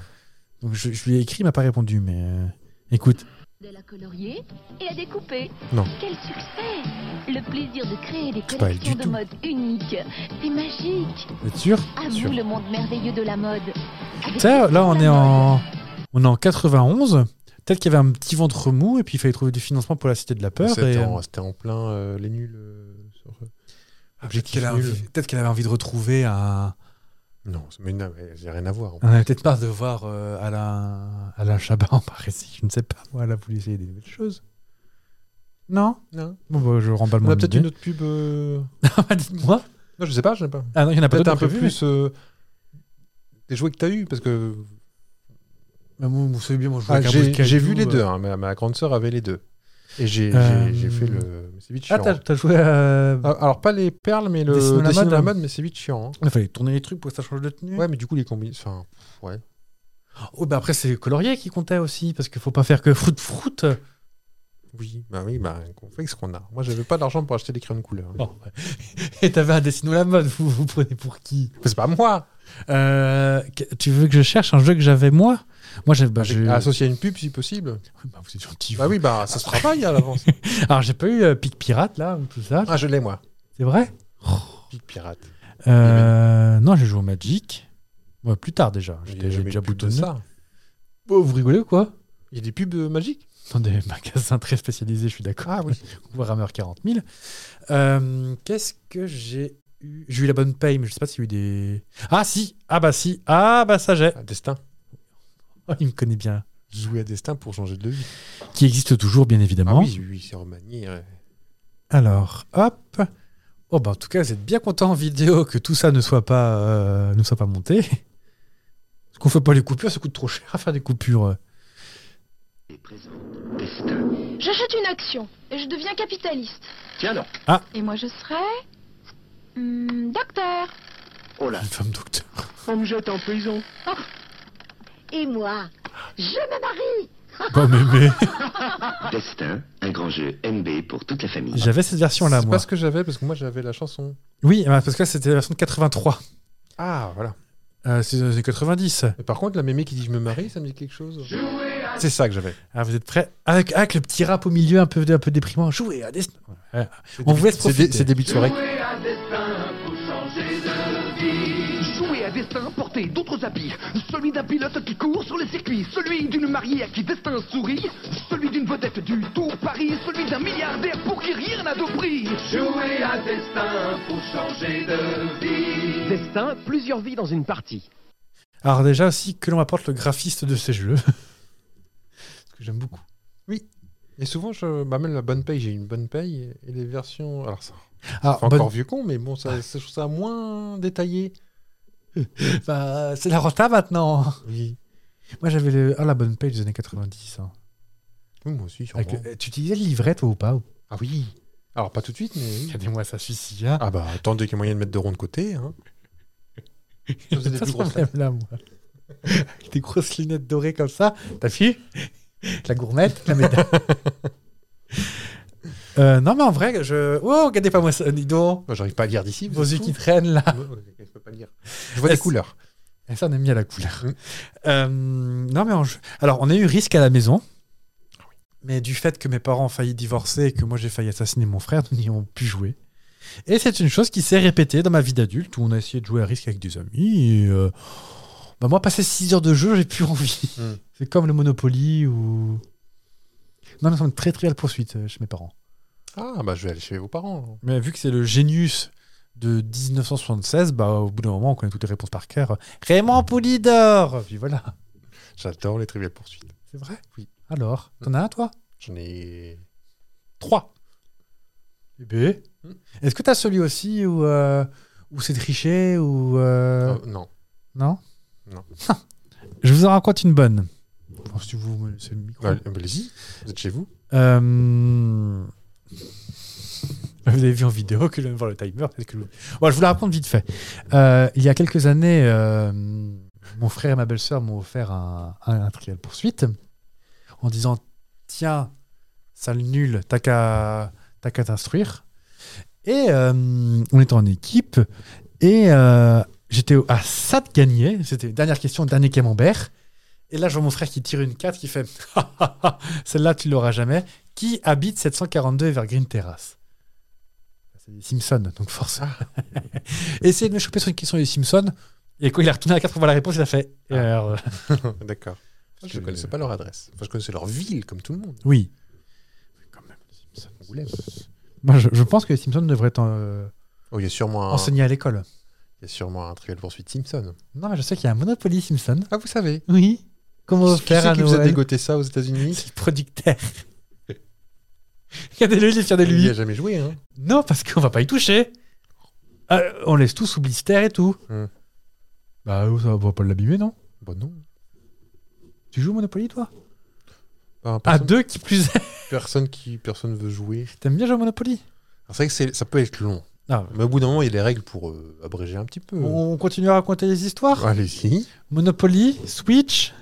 S1: Donc je, je lui ai écrit, il m'a pas répondu, mais euh, écoute.
S6: modèles à colorier et à découper.
S2: Non.
S6: Quel succès Le plaisir de créer des
S2: C'est pas elle
S6: collections
S2: du
S6: de
S2: tout.
S6: mode uniques. C'est magique
S1: Vous êtes sûr
S6: À
S2: Sûr.
S6: Ah, vous le monde merveilleux de la mode. Avec
S1: Tiens, là, on
S6: la
S1: est
S6: mode.
S1: en, on est en 91. Peut-être qu'il y avait un petit ventre mou et puis il fallait trouver du financement pour la Cité de la Peur.
S2: c'était
S1: et,
S2: en, c'était en plein euh, les nuls. euh, sur-
S1: Ah, peut-être
S2: objectif
S1: qu'elle a
S2: nul.
S1: envie- peut-être qu'elle avait envie de retrouver un.
S2: Non, mais non, mais j'ai rien à voir. en
S1: On avait peut-être pas de voir euh, Alain, Alain Chabat en Paris, je ne sais pas. Moi, elle a voulu essayer des nouvelles choses. Non
S2: fait. Non.
S1: Bon, bah, je remballe
S2: On
S1: mon
S2: a peut-être
S1: idée.
S2: une autre pub. euh,
S1: Ah, Dites-moi.
S2: Non, je sais pas, je sais pas.
S1: Ah non, il y en a
S2: Peut-être
S1: peut-être
S2: un peu plus euh, des jouets que t'as eu, parce que
S1: Mais moi, vous savez bien, moi, je vois
S2: Ah,
S1: qu'un bout de
S2: J'ai j'ai
S1: caillou,
S2: vu les
S1: euh.
S2: deux. hein, ma, ma grande sœur avait les deux. Et j'ai j'ai-
S1: Euh,
S2: j'ai fait le. mais C'est vite
S1: Ah,
S2: chiant.
S1: t'as t'as joué à.
S2: Ah, Alors, pas les perles, mais le
S1: Dessine-nous la
S2: dessine
S1: mode,
S2: la
S1: hein.
S2: mode, mais c'est vite chiant. hein.
S1: Il fallait tourner les trucs pour que ça change de tenue.
S2: Ouais, mais du coup, les combis. Enfin,
S1: Oh, bah après, c'est le colorier qui comptait aussi, parce qu'il faut pas faire que froute froute.
S2: oui, bah oui, bah, on fait avec ce qu'on a. Moi, j'avais pas d'argent pour acheter des crayons de couleur.
S1: Bon, ouais. [LAUGHS] Et t'avais un dessino la mode, vous vous prenez pour qui
S2: Mais C'est pas moi
S1: Euh, que- Tu veux que je cherche un jeu que j'avais moi Moi, j'ai.
S2: Ah,
S1: Bah, j'ai-
S2: Associé à une pub, si possible.
S1: Bah, vous êtes gentil.
S2: Bah oui, bah ça se travaille à l'avance.
S1: Alors, j'ai pas eu euh, Pic Pirate, là, ou tout ça.
S2: Ah, je l'ai, moi.
S1: C'est vrai
S2: Pic pirate.
S1: Euh, Non, j'ai joué au Magic. Ouais, plus tard déjà.
S2: Il y a
S1: J'étais- J'ai
S2: jamais
S1: déjà
S2: eu plus de
S1: boutonné.
S2: ça.
S1: Oh, vous rigolez ou quoi
S2: Il y a des pubs euh, magiques
S1: Dans des [LAUGHS] magasins très spécialisés, je suis d'accord.
S2: Ah oui.
S1: [LAUGHS] Warhammer 40 000. Euh, Qu'est-ce que j'ai eu J'ai eu la bonne paye, mais je sais pas s'il y a eu des. Ah si Ah bah si Ah bah ça j'ai
S2: À destin.
S1: Oh, Il me connaît bien.
S2: Jouer à destin pour changer de vie.
S1: Qui existe toujours, bien
S2: Ah
S1: évidemment.
S2: oui, oui, c'est remanié. ouais.
S1: Alors, hop Oh bah en tout cas, vous êtes bien content en vidéo que tout ça ne soit pas, euh, ne soit pas monté. Parce qu'on fait pas les coupures, ça coûte trop cher à faire des coupures. euh,
S5: Destin.
S7: J'achète une action et je deviens capitaliste.
S5: Tiens donc.
S7: Et moi je serai. hmm, docteur.
S5: Oh là.
S1: Une femme docteur.
S5: On me jette en prison.
S6: Et moi, je me marie
S1: Bon, mais,
S2: [LAUGHS]
S1: mais-
S5: Ah. Destin, un grand jeu MB pour toute la famille.
S1: J'avais cette version-là,
S2: C'est
S1: moi.
S2: pas ce que j'avais, parce que moi, j'avais la chanson.
S1: Oui, bah, parce que là, c'était la version de 83.
S2: Ah, voilà.
S1: Euh, c'est dans les années 90.
S2: Et par contre, la mémé qui dit je me marie, ça me dit quelque chose. C'est ça que j'avais.
S1: Ah, vous êtes prêts avec, avec le petit rap au milieu un peu, un peu déprimant. Jouez à Dest- Ouais.
S2: C'est
S1: On
S2: début-
S1: vous laisse
S2: c'est dé-
S1: profiter.
S2: C'est début de soirée.
S5: Jouer à destin, porter d'autres habits. Celui d'un pilote qui court sur les circuits. Celui d'une mariée à qui destin sourit. Celui d'une vedette du Tour Paris. Celui d'un milliardaire pour qui rien n'a de prix. Jouer à destin pour changer de vie. Destin, plusieurs vies dans une partie.
S1: Alors, déjà aussi, que l'on apporte le graphiste de ces jeux. [LAUGHS] Parce que j'aime beaucoup.
S2: Et souvent, je, bah, même la bonne paye, j'ai une bonne paye. Et les versions. Alors, ça
S1: Alors,
S2: fait
S1: Ah, bonne-
S2: encore vieux con, mais bon, ça, ça- je trouve ça moins détaillé.
S1: bah, c'est la renta maintenant.
S2: Oui.
S1: Moi, j'avais le... ah, la bonne page des années 90. hein.
S2: Oui, moi aussi,
S1: Avec
S2: sûrement.
S1: le- euh, Tu utilisais le livret, toi, ou pas ou-
S2: Ah oui. Alors, pas tout de suite, mais. oui.
S1: Regardez-moi, ça suffit. Hein.
S2: Ah bah, attendez qu'il y ait moyen de mettre deux ronds de côté. Hein. Ça faisait des
S1: Pas
S2: plus
S1: ce
S2: grosses
S1: problème-là, moi. Avec des grosses lunettes dorées comme ça. T'as vu [LAUGHS] La gourmette, la
S2: [LAUGHS]
S1: médaille. Euh, non, mais en vrai, je. Oh, regardez pas moi ça, dis donc.
S2: Moi, j'arrive pas à lire d'ici. vous
S1: Vos
S2: êtes
S1: yeux
S2: fous.
S1: qui traînent là.
S2: Ouais, ouais, Je peux pas lire. Je vois des
S1: Est-ce-
S2: couleurs.
S1: Et ça, on est mis à la couleur.
S2: Mm.
S1: Euh, non, mais en jeu- alors, on a eu risque à la maison. Mais du fait que mes parents ont failli divorcer et que moi j'ai failli assassiner mon frère, nous n'y avons pu jouer. Et c'est une chose qui s'est répétée dans ma vie d'adulte où on a essayé de jouer à risque avec des amis. Et euh, bah, moi, passer 6 heures de jeu, j'ai plus envie.
S2: Mm.
S1: C'est comme le Monopoly ou. Non, nous sommes très trivial poursuite euh, chez mes parents.
S2: Ah bah, je vais aller chez vos parents.
S1: Mais vu que c'est le génius de 1976, bah, au bout d'un moment, on connaît toutes les réponses par cœur. Raymond Poulidor Puis voilà.
S2: J'adore les triviales poursuites.
S1: C'est vrai
S2: Oui.
S1: Alors, t'en as un, toi
S2: J'en ai.
S1: Trois. Eh ben.
S2: Hmm.
S1: Est-ce que t'as celui aussi où, euh, où c'est triché ou euh,
S2: Euh, non.
S1: Non
S2: Non.
S1: [LAUGHS] Je vous en raconte une bonne. Enfin, si vous me laissez le micro.
S2: Bah, Allez-y. Vous êtes chez vous.
S1: Euh, Vous avez vu en vidéo que je viens de voir le timer. parce que je... Bon, je vous la raconte vite fait. Euh, il y a quelques années, euh, mon frère et ma belle-sœur m'ont offert un, un, un trial poursuite en disant Tiens, sale nul, t'as qu'à t'as qu'à t'instruire. Et euh, on était en équipe et euh, j'étais au- à ça de gagner. C'était dernière question, dernier camembert. Et là, je vois mon frère qui tire une 4 qui fait [LAUGHS] Celle-là, tu l'auras jamais. Qui habite 742 Evergreen Terrace Bah, C'est les Simpsons, donc forcément. [LAUGHS] Essayez de me choper sur une question des Simpsons. Et quand il a retourné la 4 pour voir la réponse, il a fait Erreur.
S2: D'accord. Oh. Je
S1: Je-
S2: ne connaissais pas leur adresse. Enfin, je connaissais leur ville, comme tout le monde.
S1: Oui.
S2: Angoulême.
S1: Moi, je, je pense que les Simpsons devraient être euh,
S2: Oh, il y a sûrement un,
S1: enseignés à l'école.
S2: il y a sûrement un trivial poursuite Simpson.
S1: Non, mais je sais qu'il y a un Monopoly Simpson.
S2: Ah, vous savez.
S1: Oui. Comment
S2: Qui
S1: faire
S2: c'est
S1: à
S2: qui vous a
S1: Noël
S2: dégoté ça aux États-Unis
S1: C'est le producteur. Regardez-le, il est fier de
S2: Il n'y
S1: lui.
S2: a jamais joué. Hein.
S1: Non, parce qu'on va pas y toucher. Ah, on laisse tout sous blister et tout.
S2: Hmm.
S1: Bah, ça va pas l'abîmer, non
S2: Bon, non.
S1: Tu joues au Monopoly, toi
S2: Enfin,
S1: À
S2: personne,
S1: deux qui plus est.
S2: personne qui personne veut jouer.
S1: T'aimes bien jouer au Monopoly
S2: Alors, c'est vrai que c'est- ça peut être long.
S1: Ah, Oh.
S2: Mais au bout d'un moment, il y a des règles pour euh, abréger un petit peu.
S1: On continue à raconter les histoires
S2: [LAUGHS] Allez-y.
S1: Monopoly, Switch.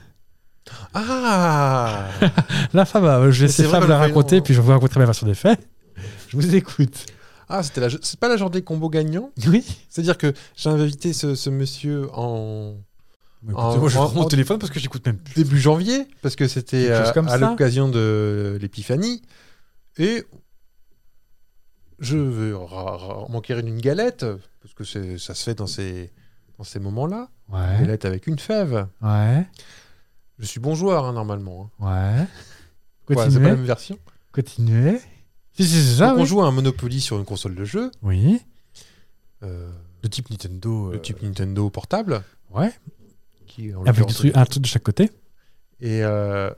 S2: Ah
S1: La femme, a- je vais
S2: Mais c'est
S1: laisser
S2: vrai
S1: Fab
S2: qu'on
S1: la
S2: le fait,
S1: raconter,
S2: non.
S1: puis je vous raconterai ma version des faits. [LAUGHS] Je vous écoute.
S2: Ah, c'était la, c'est pas la journée combo gagnant
S1: Oui
S2: C'est-à-dire que j'ai invité ce, ce monsieur en écoutez, moi,
S1: Bah, Ah, Moi,
S2: je
S1: je
S2: prends mon
S1: mon téléphone parce que j'écoute même plus.
S2: début janvier, parce que c'était
S1: Quelque chose
S2: euh,
S1: comme
S2: à
S1: ça.
S2: l'occasion de l'épiphanie. Et je vais ra- ra- m'enquérir d'une galette, parce que c'est- ça se fait dans ces, dans ces moments-là. Une
S1: Ouais,
S2: Galette avec une fève.
S1: ouais,
S2: Je suis bon joueur, hein, normalement. hein.
S1: ouais.
S2: Voilà, c'est
S1: Continuez,
S2: pas la même version.
S1: continuez. Si, si, c'est ça,
S2: Donc,
S1: Ah oui.
S2: On joue à un Monopoly sur une console de jeu,
S1: Oui.
S2: euh,
S1: De type Nintendo.
S2: de type Nintendo portable.
S1: Ouais,
S2: Qui, en
S1: avec des
S2: l'occurrence,
S1: trucs, un truc de chaque côté.
S2: Et euh,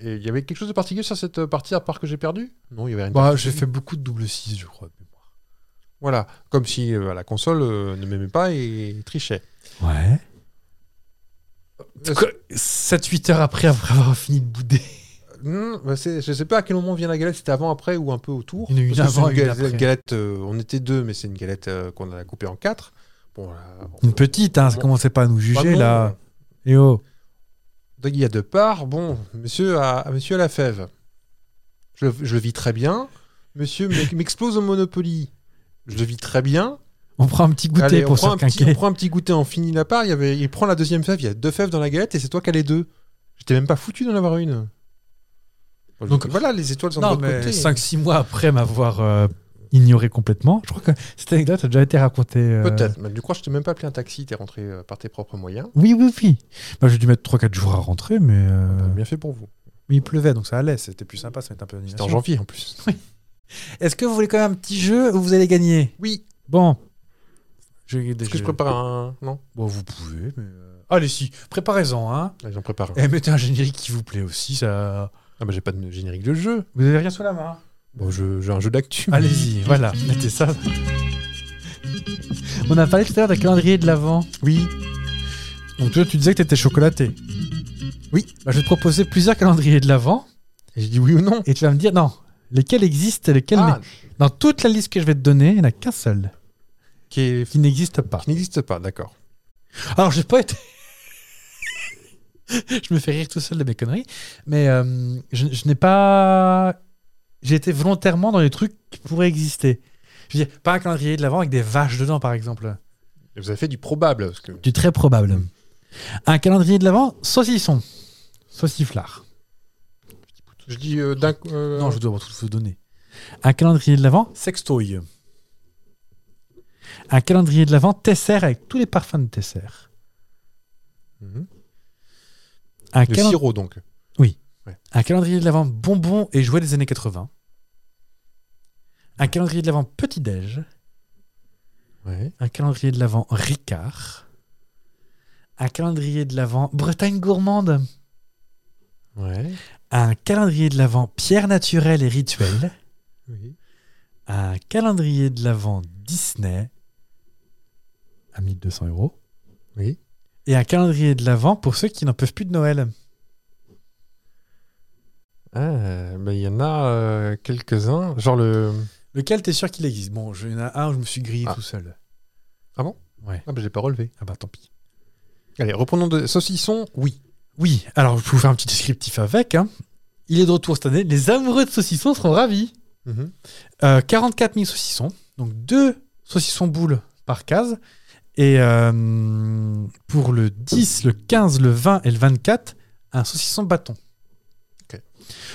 S2: et il y avait quelque chose de particulier sur cette euh, partie à part que j'ai perdu Non, il y avait rien. de
S1: Bah,
S2: particulier.
S1: j'ai fait beaucoup de double 6, je crois. de mémoire.
S2: Voilà, comme si euh, la console euh, ne m'aimait pas et trichait.
S1: Ouais.
S2: Euh,
S1: 7-8 heures après, après avoir fini de bouder.
S2: non, bah, c'est- je sais pas à quel moment vient la galette, c'était avant, après ou un peu autour.
S1: Il y en a une
S2: Parce que c'est
S1: avant,
S2: une
S1: une
S2: galette,
S1: après.
S2: galette, euh, on était deux, mais c'est une galette euh, qu'on a coupée en quatre. Bon, là, on-
S1: Une petite, hein, ça
S2: Bon.
S1: commençait pas à nous
S2: Pas
S1: juger,
S2: bon,
S1: là. Et oh.
S2: Donc il y a deux parts. Bon, monsieur à, à monsieur à la fève. Je, le- je le vis très bien. Monsieur m'ex- [LAUGHS] m'explose au Monopoly. Je le vis très bien.
S1: On prend un petit goûter
S2: Allez, on,
S1: pour se
S2: prend un petit, on
S1: requinquer.
S2: prend un petit goûter, on finit la part. Il, y avait, il prend la deuxième fève, il y a deux fèves dans la galette et c'est toi qui as les deux. J'étais même pas foutu d'en avoir une. Bon, je-
S1: Donc-
S2: voilà, les étoiles sont
S1: Non,
S2: de l'autre
S1: mais
S2: côté.
S1: 5-6 mois après m'avoir euh, ignoré complètement. Je crois que cette anecdote a déjà été racontée. euh,
S2: Peut-être. Mais du coup, je t'ai même pas appelé un taxi, t'es rentré euh, par tes propres moyens.
S1: Oui, oui, oui. Bah, j'ai dû mettre 3-4 jours à rentrer, mais. euh,
S2: Bien fait pour vous.
S1: mais il pleuvait, donc ça allait. C'était plus sympa, ça mettait un peu
S2: C'était en janvier en plus.
S1: Est-ce que vous voulez quand même un petit jeu où vous allez gagner
S2: Oui.
S1: Bon. Je,
S2: Est-ce que je prépare un. Non
S1: Bon, vous pouvez, mais. euh, Allez, si. Préparez-en, hein.
S2: Allez, Ah, J'en prépare un.
S1: Et mettez un générique qui vous plaît aussi, ça.
S2: Ah, bah j'ai pas de générique de jeu.
S1: Vous avez rien sous la main
S2: Bon, je- j'ai un jeu d'actu.
S1: Allez-y, voilà, mettez ça. On a parlé tout à l'heure d'un calendrier de l'Avent. Oui. Donc toi, tu disais que tu étais chocolaté. Oui. Bah, je vais te proposer plusieurs calendriers de l'Avent
S2: Et [LAUGHS] J'ai dit oui ou non
S1: et tu vas me dire non, lesquels existent et lesquels
S2: Ah,
S1: n'est- Dans toute la liste que je vais te donner, il n'y en a qu'un seul
S2: Qui, est-
S1: qui n'existe pas.
S2: qui n'existe pas, d'accord.
S1: Alors, j'ai pas été. [LAUGHS] je me fais rire tout seul de mes conneries. Mais euh, je, je n'ai pas. J'ai été volontairement dans les trucs qui pourraient exister. Je veux dire, pas un calendrier de l'avant avec des vaches dedans, par exemple.
S2: Et Vous avez fait du probable. Parce que...
S1: Du très probable. Un calendrier de l'avant saucisson. Sauciflard.
S2: Je dis euh, d'un. euh,
S1: Non, je dois tout vous donner. Un calendrier de l'avant sextoy. Un calendrier de l'avant tesser avec tous les parfums de tesser.
S2: Mhm.
S1: Un
S2: De
S1: calendrier.
S2: sirop donc.
S1: Un calendrier de l'avant bonbons et jouets des années 80. Un calendrier de l'avant petit-déj.
S2: Ouais.
S1: Un calendrier de l'avant Ricard. Un calendrier de l'avant Bretagne gourmande.
S2: Ouais.
S1: Un calendrier de l'avant Pierre naturelle et rituel.
S2: Oui.
S1: Un calendrier de l'avant Disney à 1200 euros.
S2: Oui.
S1: Et un calendrier de l'avant pour ceux qui n'en peuvent plus de Noël.
S2: Ah, ben, il y en a euh, quelques-uns. Genre le.
S1: Lequel t'es sûr qu'il existe Bon, je- il y en a un où je me suis grillé
S2: Ah.
S1: tout seul.
S2: Ah, ben, j'ai pas relevé.
S1: Ah bah tant pis.
S2: Allez, reprenons de saucisson. Oui.
S1: Oui, alors je peux vous faire un petit descriptif avec. hein. Il est de retour cette année. Les amoureux de saucissons seront ravis.
S2: Mhm.
S1: Euh, 44 000 saucissons, donc deux saucissons boules par case. Et euh, pour le 10, le 15, le 20 et le 24, un saucisson bâton.
S2: Ok.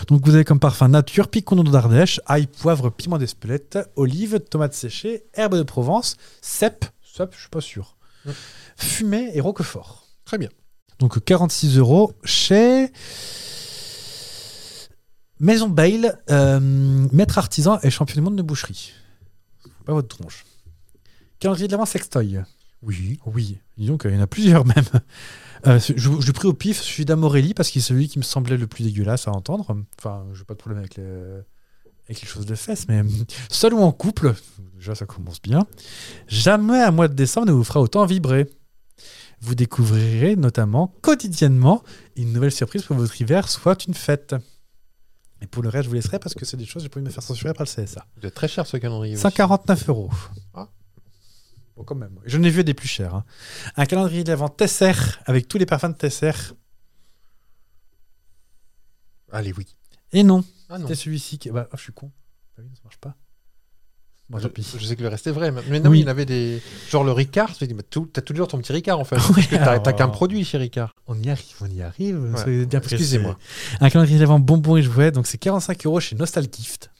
S1: Donc vous avez comme parfum nature, picon d'eau d'Ardèche, ail, poivre, piment d'Espelette, olive, tomate séchée, herbe de Provence, cèpe, cèpe, je suis pas sûr,
S2: Mm.
S1: fumée et roquefort.
S2: Très bien.
S1: Donc 46 euros chez Maison Bail, euh, maître artisan et champion du monde de boucherie. Faut Pas votre tronche. Calendrier de l'avant sextoy.
S2: Oui.
S1: Oui, dis donc, euh, il y en a plusieurs [LAUGHS] même. Euh, je je l'ai pris au pif, celui d'Amorelli, parce qu'il est celui qui me semblait le plus dégueulasse à entendre. Enfin, j'ai pas de problème avec les, avec les choses de fesses, mais seul ou en couple, déjà ça commence bien. Jamais un mois de décembre ne vous fera autant vibrer. Vous découvrirez notamment quotidiennement une nouvelle surprise pour votre hiver, soit une fête. Et pour le reste, je vous laisserai parce que c'est des choses que j'ai pas envie de me faire censurer par le CSA.
S2: Il est très cher ce calendrier. aussi.
S1: 149 euros.
S2: Ah.
S1: Bon, quand même. Je n'ai vu des plus chers. hein. Un calendrier de l'avant Tesser avec tous les parfums de Tesser.
S2: Allez, oui.
S1: Et non,
S2: Ah non.
S1: c'était celui-ci qui. Bah, oh, je suis con. Ah oui, ça marche pas. Bon,
S2: je,
S1: tant pis.
S2: je sais que le reste est vrai. Mais mais non,
S1: Oui.
S2: mais il avait des. Genre le Ricard, tu t'as toujours ton petit Ricard en [LAUGHS] fait.
S1: Ouais,
S2: parce que t'as
S1: alors-
S2: t'as qu'un produit chez Ricard.
S1: On y arrive, on y arrive.
S2: Ouais.
S1: soyez bien pressés.
S2: Excusez-moi.
S1: Un calendrier d'avant bonbons et jouets, donc c'est 45 euros chez Nostalgift.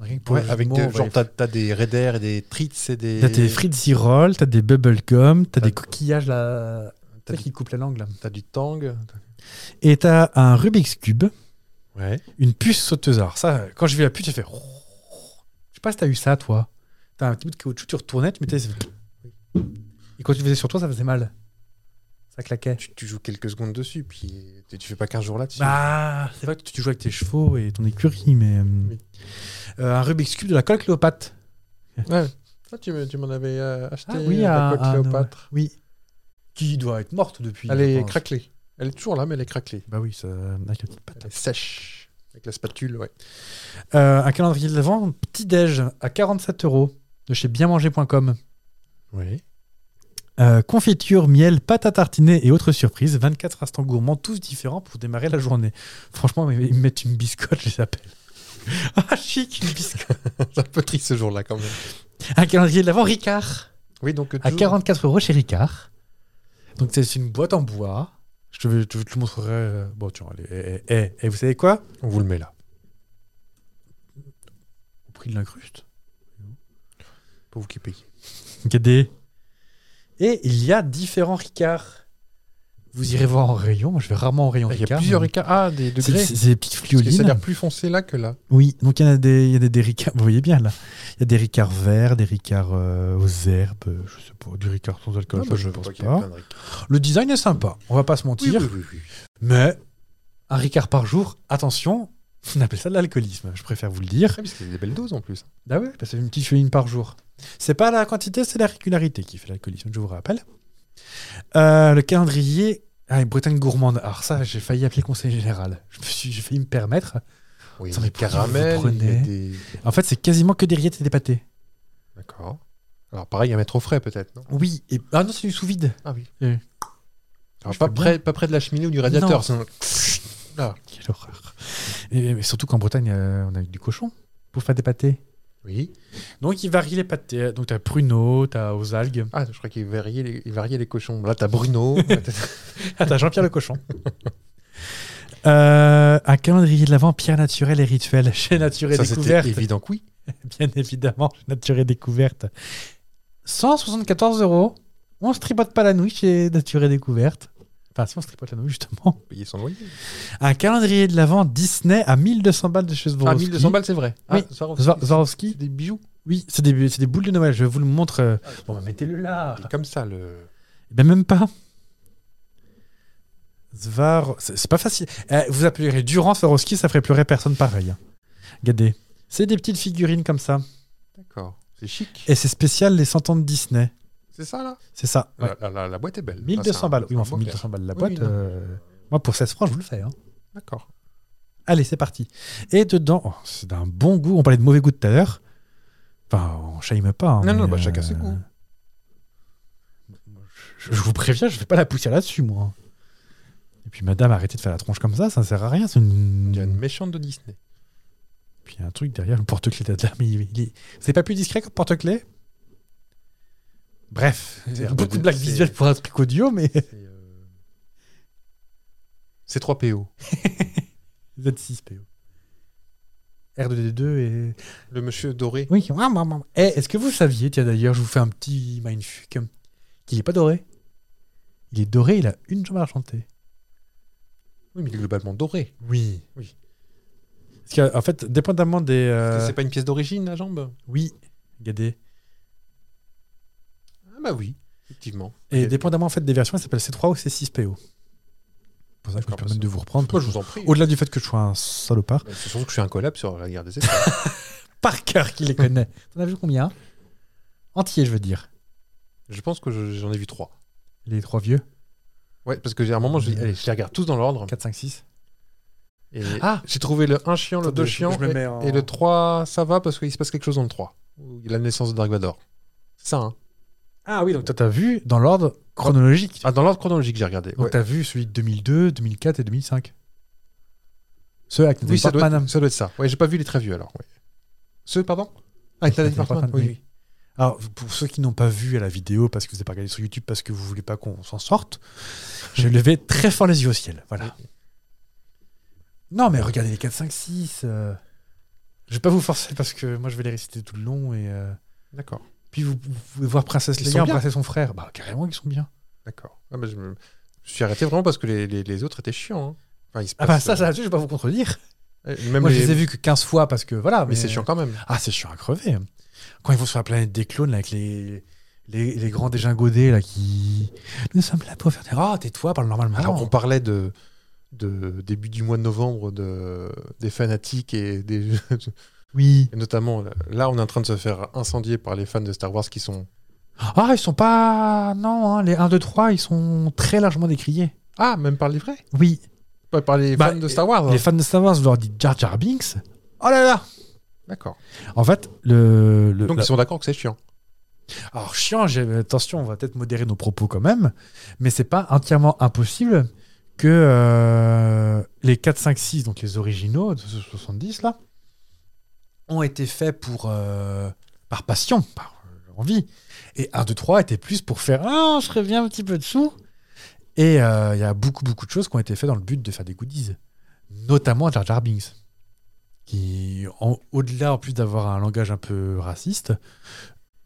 S1: Rien que pour
S2: Ouais,
S1: le jeu de
S2: avec
S1: mots,
S2: des-
S1: on va
S2: genre
S1: y-
S2: t'as t'as des Raiders et des Treats et des.
S1: T'as tes frites Zirol, t'as des bubblegum, t'as
S2: T'as-
S1: des coquillages là.
S2: T'as
S1: T'as
S2: du,
S1: qui coupe la langue là.
S2: t'as du Tang.
S1: Et t'as un Rubik's Cube,
S2: Ouais.
S1: une puce sauteuse. Alors ça, quand j'ai vu la puce, j'ai fait. Je sais pas si t'as eu ça toi. T'as un petit bout de caoutchouc, tu retournais, tu mettais. ça fait- Et quand tu le faisais sur toi, ça faisait mal. Ça claquait.
S2: Tu, tu joues quelques secondes dessus, puis tu, tu fais pas 15 jours là-dessus.
S1: Ah, c'est vrai que tu joues avec tes chevaux et ton écurie, mais. euh, euh, un Rubik's Cube de la colle Cléopâtre.
S2: Ouais. Ah, tu me- tu m'en avais euh, acheté
S1: Ah oui,
S2: euh,
S1: à-
S2: la côte
S1: à Noël.
S2: Cléopâtre.
S1: Oui. Qui doit être morte depuis.
S2: Elle
S1: je
S2: est
S1: pense.
S2: craquelée. Elle est toujours là, mais elle est craquelée.
S1: Bah oui, ça, avec la petite patte.
S2: Elle est sèche. Avec la spatule, ouais.
S1: Euh, un calendrier de l'avant, petit déj à 47 euros de chez bienmanger.com.
S2: Oui.
S1: Euh, confiture, miel, pâte à tartiner et autres surprises. 24 instants gourmands, tous différents pour démarrer la journée. Franchement, ils me mettent une biscotte, je les appelle. [LAUGHS] Ah, chic, une biscotte.
S2: [LAUGHS] C'est un peu triste ce jour-là quand même.
S1: Un calendrier de l'avant Ricard.
S2: Oui, donc
S1: À
S2: toujours-
S1: 44 euros chez Ricard. Donc, c'est une boîte en bois. Je te, je te le montrerai. euh, Bon, tiens, allez. eh, eh, eh, eh, vous savez quoi
S2: On vous le met là.
S1: Au prix de l'incruste.
S2: Pour vous qui payez.
S1: Regardez. Et il y a différents Ricards. Vous irez voir en rayon. Moi, je vais rarement en rayon
S2: Ah, Il y a
S1: Ricard.
S2: plusieurs
S1: mais-
S2: écarts. Ah, des degrés.
S1: C'est- C'est c'est des petites
S2: Parce que ça a
S1: fliolines.
S2: l'air plus foncé là que là.
S1: Oui, donc il y en a des, il y a des, des Ricards. [LAUGHS] Vous voyez bien là. Il y a des Ricards verts, des Ricards euh, aux herbes, euh, je sais pas, du Ricard sans alcool. ça, je pense pas. Le design est sympa. On va pas se mentir. Mais un Ricard par jour, attention, on appelle ça de l'alcoolisme. Je préfère vous le dire.
S2: Ah, parce que c'est des belles doses en plus.
S1: Ah ouais, parce que c'est une petite fioline par jour. C'est pas la quantité, c'est la régularité qui fait l'alcoolisme, je vous rappelle. Euh, le calendrier. Ah, et Bretagne gourmande. Alors ça, j'ai failli appeler conseil général. Je me suis- J'ai failli me permettre.
S2: Oui,
S1: Attends,
S2: des
S1: mais pourquoi
S2: caramels,
S1: vous
S2: il y a
S1: prenez
S2: des.
S1: En fait, c'est quasiment que des rillettes et des pâtés.
S2: D'accord. Alors pareil, à mettre au frais peut-être, non
S1: Oui. Et... Ah non, c'est du sous vide.
S2: Ah oui.
S1: Oui.
S2: Alors,
S1: Je
S2: pas,
S1: fais
S2: près, pas près de la cheminée ou du radiateur.
S1: Non.
S2: sinon-
S1: Quelle horreur. Et, et surtout qu'en Bretagne, euh, on a du cochon pour faire des pâtés.
S2: Oui.
S1: Donc, il varie les pâtés. Donc, t'as pruneau, t'as aux algues.
S2: Ah, je crois qu'il variait, les- il variait les cochons. Là, t'as [LAUGHS] Bruno. peut-être.
S1: Ah, t'as Jean-Pierre le cochon. [LAUGHS] Euh, un calendrier de l'avant, pierre naturelle et [LAUGHS] rituel. Chez Nature et
S2: ça,
S1: Découverte.
S2: c'était évident que oui.
S1: [LAUGHS] Bien évidemment, chez Nature et Découverte. 174 euros. On se tripote pas la nouille chez Nature et Découverte. Enfin, si on se tripote la nouille, justement.
S2: Payer son loyer.
S1: Un calendrier de l'avant Disney à 1200 balles de chez
S2: Ah,
S1: Swarovski.
S2: 1200 balles, c'est vrai.
S1: Oui.
S2: Ah, Swarovski,
S1: Swar-
S2: c'est-
S1: Swarovski.
S2: c'est des bijoux. Ah,
S1: Oui, c'est des, c'est des boules de Noël. Je vous le montre. euh, Bon, bah, mettez-le là.
S2: C'est Comme ça, le.
S1: Ben même pas. Svar, c'est c'est pas facile. Eh, vous appellerez Durand Swarovski, ça ferait pleurer personne pareil. hein. Regardez, c'est des petites figurines comme ça.
S2: D'accord. C'est chic.
S1: Et c'est spécial les 100 ans de Disney.
S2: C'est ça, là
S1: C'est ça. ouais.
S2: la, la- la- la boîte est belle. Ah,
S1: 1200 balles. Oui,
S2: on
S1: enfin 1200 balles la
S2: Oui,
S1: boîte.
S2: oui, non.
S1: euh, Moi pour 16 francs, je vous le fais. hein.
S2: D'accord.
S1: Allez, c'est parti. Et dedans, oh, c'est d'un bon goût. On parlait de mauvais goût tout à l'heure. Enfin, on chaime pas. hein,
S2: Non, non,
S1: mais,
S2: bah, chacun ses
S1: euh,
S2: goûts.
S1: Je, je vous préviens, je vais pas la pousser là-dessus, moi. Et puis, madame, arrêtez de faire la tronche comme ça, ça sert à rien. C'est une...
S2: Il y a une méchante de Disney.
S1: Puis, il y a un truc derrière le porte-clés d'Adler, mais il- il est- c'est pas plus discret que porte-clés Bref,
S2: C'est-
S1: [LAUGHS] beaucoup de blagues
S2: c'est-
S1: visuelles pour un truc audio, mais [LAUGHS]
S2: C'est, euh, C'est 3 PO.
S1: Z6PO. R2D2 et.
S2: Le monsieur doré.
S1: Oui, ouam, ouam, ouam. Eh, est-ce que vous saviez, tiens d'ailleurs, je vous fais un petit mindfuck, hein, qu'il est pas doré Il est doré, il a une jambe argentée.
S2: Oui, mais il est globalement doré.
S1: Oui.
S2: Oui.
S1: Parce que, en fait, dépendamment des. euh,
S2: C'est pas une pièce d'origine, la jambe
S1: Oui, regardez.
S2: Ah bah oui, effectivement.
S1: Et
S2: Regardez.
S1: dépendamment en fait des versions, elle s'appelle C3 ou C6PO. C'est pour ça que je me
S2: D'accord,
S1: permets
S2: parce-
S1: de vous reprendre.
S2: Moi, je vous en prie. Bah,
S1: Au-delà du fait que je sois un salopard, [LAUGHS]
S2: Mais C'est surtout que je suis un collab sur la guerre des étoiles.
S1: par cœur qui les connaît. T'en as vu combien Entier, je veux dire.
S2: je pense que je- j'en ai vu trois.
S1: Les trois vieux.
S2: Ouais, parce que j'ai un moment, je dis, allez, je les regarde tous dans l'ordre.
S1: 4, 5, 6.
S2: Et
S1: Ah
S2: j'ai trouvé le 1 chiant, le
S1: Attendez,
S2: 2
S1: je-
S2: chiant,
S1: je me
S2: et,
S1: mets en-
S2: et le 3, ça va parce qu'il se passe quelque chose dans le 3. où il y a La naissance de Dark Vador. Ça, hein.
S1: Ah oui, donc toi, t'as vu dans l'ordre chronologique.
S2: Ah, dans l'ordre chronologique, j'ai regardé.
S1: Donc
S2: ouais.
S1: t'as vu celui de 2002, 2004 et 2005. Ceux avec Nathan
S2: Oui, ça doit,
S1: Portman.
S2: être, ça doit être ça. Ouais, j'ai pas vu les très vieux alors. ouais. Ceux, pardon Ah, Nathan
S1: Nathan
S2: Portman,
S1: Portman, oui. Alors, Ah, pour ceux qui n'ont pas vu à la vidéo, parce que vous n'avez pas regardé sur YouTube, parce que vous voulez pas qu'on s'en sorte, j'ai levé très fort les yeux au ciel. Voilà. Non, mais regardez les 4, 5, 6. euh, Je vais pas vous forcer parce que moi je vais les réciter tout le long. et euh,
S2: D'accord,
S1: Puis vous, vous pouvez voir Princesse
S2: Ils
S1: Leia
S2: sont bien.
S1: embrasser son frère. Bah, carrément, ils sont bien.
S2: d'accord. Ah, bah, je, me... je suis arrêté vraiment parce que les, les- les autres étaient chiants. hein. Enfin, il se
S1: Ah, bah,
S2: passe,
S1: ça,
S2: euh,
S1: ça là-dessus, je vais pas vous contredire.
S2: euh, Même
S1: moi,
S2: les-
S1: je les ai vus que 15 fois parce que voilà.
S2: Mais c'est chiant quand même.
S1: Ah, c'est chiant à crever. Quand ils vont sur la planète des clones, là, avec les, les, les grands dégingodés, là, qui. Nous sommes là pour faire des. Ah, tais-toi, parle normalement.
S2: Alors, on parlait de, de début du mois de novembre de, des fanatiques et des.
S1: Oui.
S2: [LAUGHS] et notamment, euh, là, on est en train de se faire incendier par les fans de Star Wars qui sont.
S1: Ah, ils sont pas. Non, hein, les 1, 2, 3, ils sont très largement décriés.
S2: Ah, même par les vrais
S1: Oui.
S2: Pas par les
S1: Bah,
S2: fans de Star Wars hein.
S1: Les fans de Star Wars, vous leur dites Jar Jar Binks. Oh là là
S2: D'accord.
S1: En fait, le. le-
S2: Donc,
S1: la-
S2: ils sont d'accord que c'est chiant.
S1: Alors, chiant, j'ai- attention, on va peut-être modérer nos propos quand même, mais c'est pas entièrement impossible que euh, les 4, 5, 6, donc les originaux de ce 70 là, ont été faits pour, euh, par passion, par euh, envie. Et 1, 2, 3 était plus pour faire Ah, je reviens un petit peu dessous. Et euh, il y a beaucoup, beaucoup de choses qui ont été faites dans le but de faire des goodies, notamment Jar Jar Binks, qui, en- au-delà en plus d'avoir un langage un peu raciste,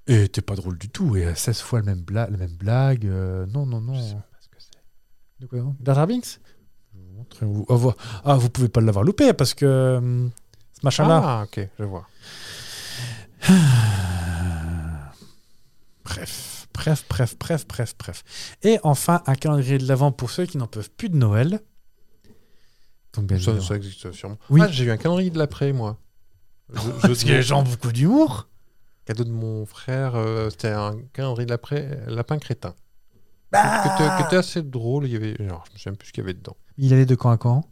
S1: et t'es pas drôle du tout. Et à 16 fois le même bla- la même blague. euh, non, non, non.
S2: ce que c'est.
S1: De quoi non Jar Jar Binks Je vais vous montrer. Vous... Ah, vous... ah, vous pouvez pas l'avoir loupé parce que hum, ce machin-là.
S2: Ah, ok, je vois.
S1: Bref, bref, bref, bref, bref, bref. Et enfin, un calendrier de l'Avent pour ceux qui n'en peuvent plus de Noël. Donc, bien
S2: Ça,
S1: évidemment.
S2: ça existe sûrement.
S1: Oui.
S2: Ah, j'ai eu un calendrier de l'après, moi.
S1: [LAUGHS]
S2: Je- je-
S1: Parce qu'il y a des gens beaucoup d'humour.
S2: cadeau de mon frère, euh, c'était un calendrier de l'après, lapin crétin.
S1: Bah
S2: Que- que t'es- que était assez drôle, il y avait. Genre, je me souviens plus ce qu'il y avait dedans.
S1: Il allait de camp à camp.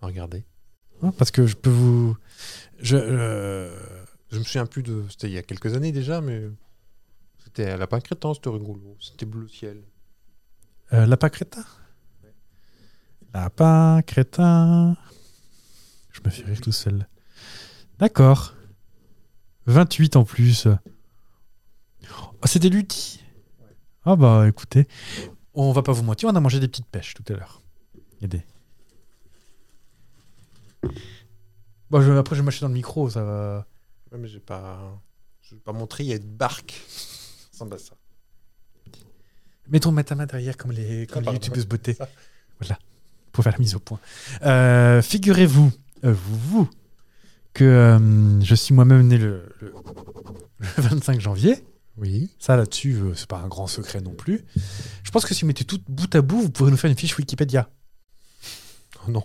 S2: Regardez.
S1: hein, parce que je peux vous. Je. euh,
S2: Je me souviens plus de. C'était il y a quelques années déjà, mais. C'était un lapin crétin, hein, c'était rigolo. C'était bleu ciel.
S1: euh, lapin crétin Lapin crétin. Je me fais rire tout seul. D'accord. 28 en plus. Oh, C'était lundi. Ah bah écoutez, on va pas vous mentir, on a mangé des petites pêches tout à l'heure. Regardez. Bon, je- après je vais m'acheter dans le micro, ça va.
S2: Ouais, mais j'ai pas. Je vais pas montrer, il y a une barque. [LAUGHS] Ça ressemble à ça.
S1: Mets ton matin derrière comme les, comme les
S2: Ah, pardon.
S1: youtubeuses beauté. Voilà, pour faire la mise au point. Euh, Figurez-vous, euh, vous, vous, que euh, je suis moi-même né le, le- le [LAUGHS] 25 janvier.
S2: Oui.
S1: Ça, là-dessus, euh, c'est pas un grand secret non plus. Je pense que si vous mettez tout bout à bout, vous pourrez nous faire une fiche Wikipédia. [LAUGHS]
S2: Oh non.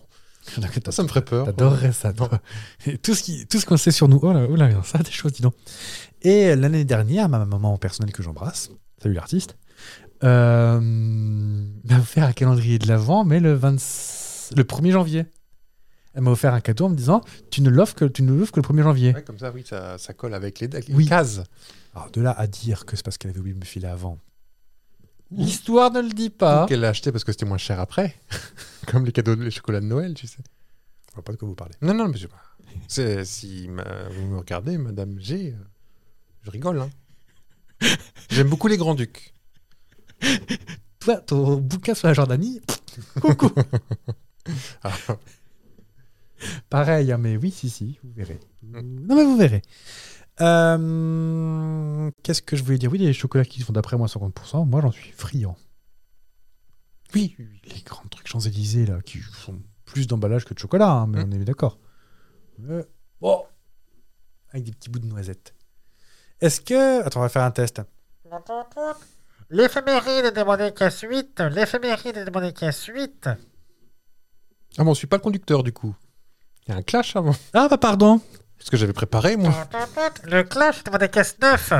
S2: Ça, ça me ferait peur.
S1: T'adorerais ça, toi. Et tout ce qui- tout ce qu'on sait sur nous. Oh là, oh là, ça, des choses, dis donc. Et l'année dernière, ma maman personnelle que j'embrasse, salut l'artiste, euh, m'a offert un calendrier de l'Avent, mais le, 20 le 1er janvier. Elle m'a offert un cadeau en me disant Tu ne l'offres que, tu ne l'offres que le 1er janvier.
S2: Ouais, comme ça, oui, ça, ça colle avec les, avec les
S1: Oui.
S2: cases.
S1: Alors, de là à dire que c'est parce qu'elle avait oublié de me filer avant. L'histoire ne le dit pas.
S2: Qu'elle l'a acheté parce que c'était moins cher après. [LAUGHS] comme les cadeaux, de- les chocolats de Noël, tu sais.
S1: Je vois pas de quoi vous parlez.
S2: Non, non, mais je sais pas. C'est- Si ma- vous me regardez, Madame G, euh, je rigole. hein. J'aime beaucoup les Grands Ducs.
S1: Toi, ton bouquin sur la Jordanie, coucou.
S2: Ah,
S1: Pareil, hein, mais oui, si, si, vous verrez. Non, mais vous verrez. Euh, Qu'est-ce que je voulais dire Oui, les chocolats qui sont d'après moi 50%, moi j'en suis friand. Oui, oui, les grands trucs Champs-Élysées, là, qui font plus d'emballage que de chocolat, hein, mais
S2: Mm.
S1: on est d'accord. Mais bon, avec des petits bouts de noisettes. Est-ce que. Attends, on va faire un test.
S8: L'éphéméride de Monica 8, l'éphéméride de Monica 8.
S2: ah bon, je suis pas le conducteur du coup. Il y a un clash avant.
S1: Ah, bah pardon
S2: Parce que j'avais préparé, moi.
S8: Le clash de Monica 9.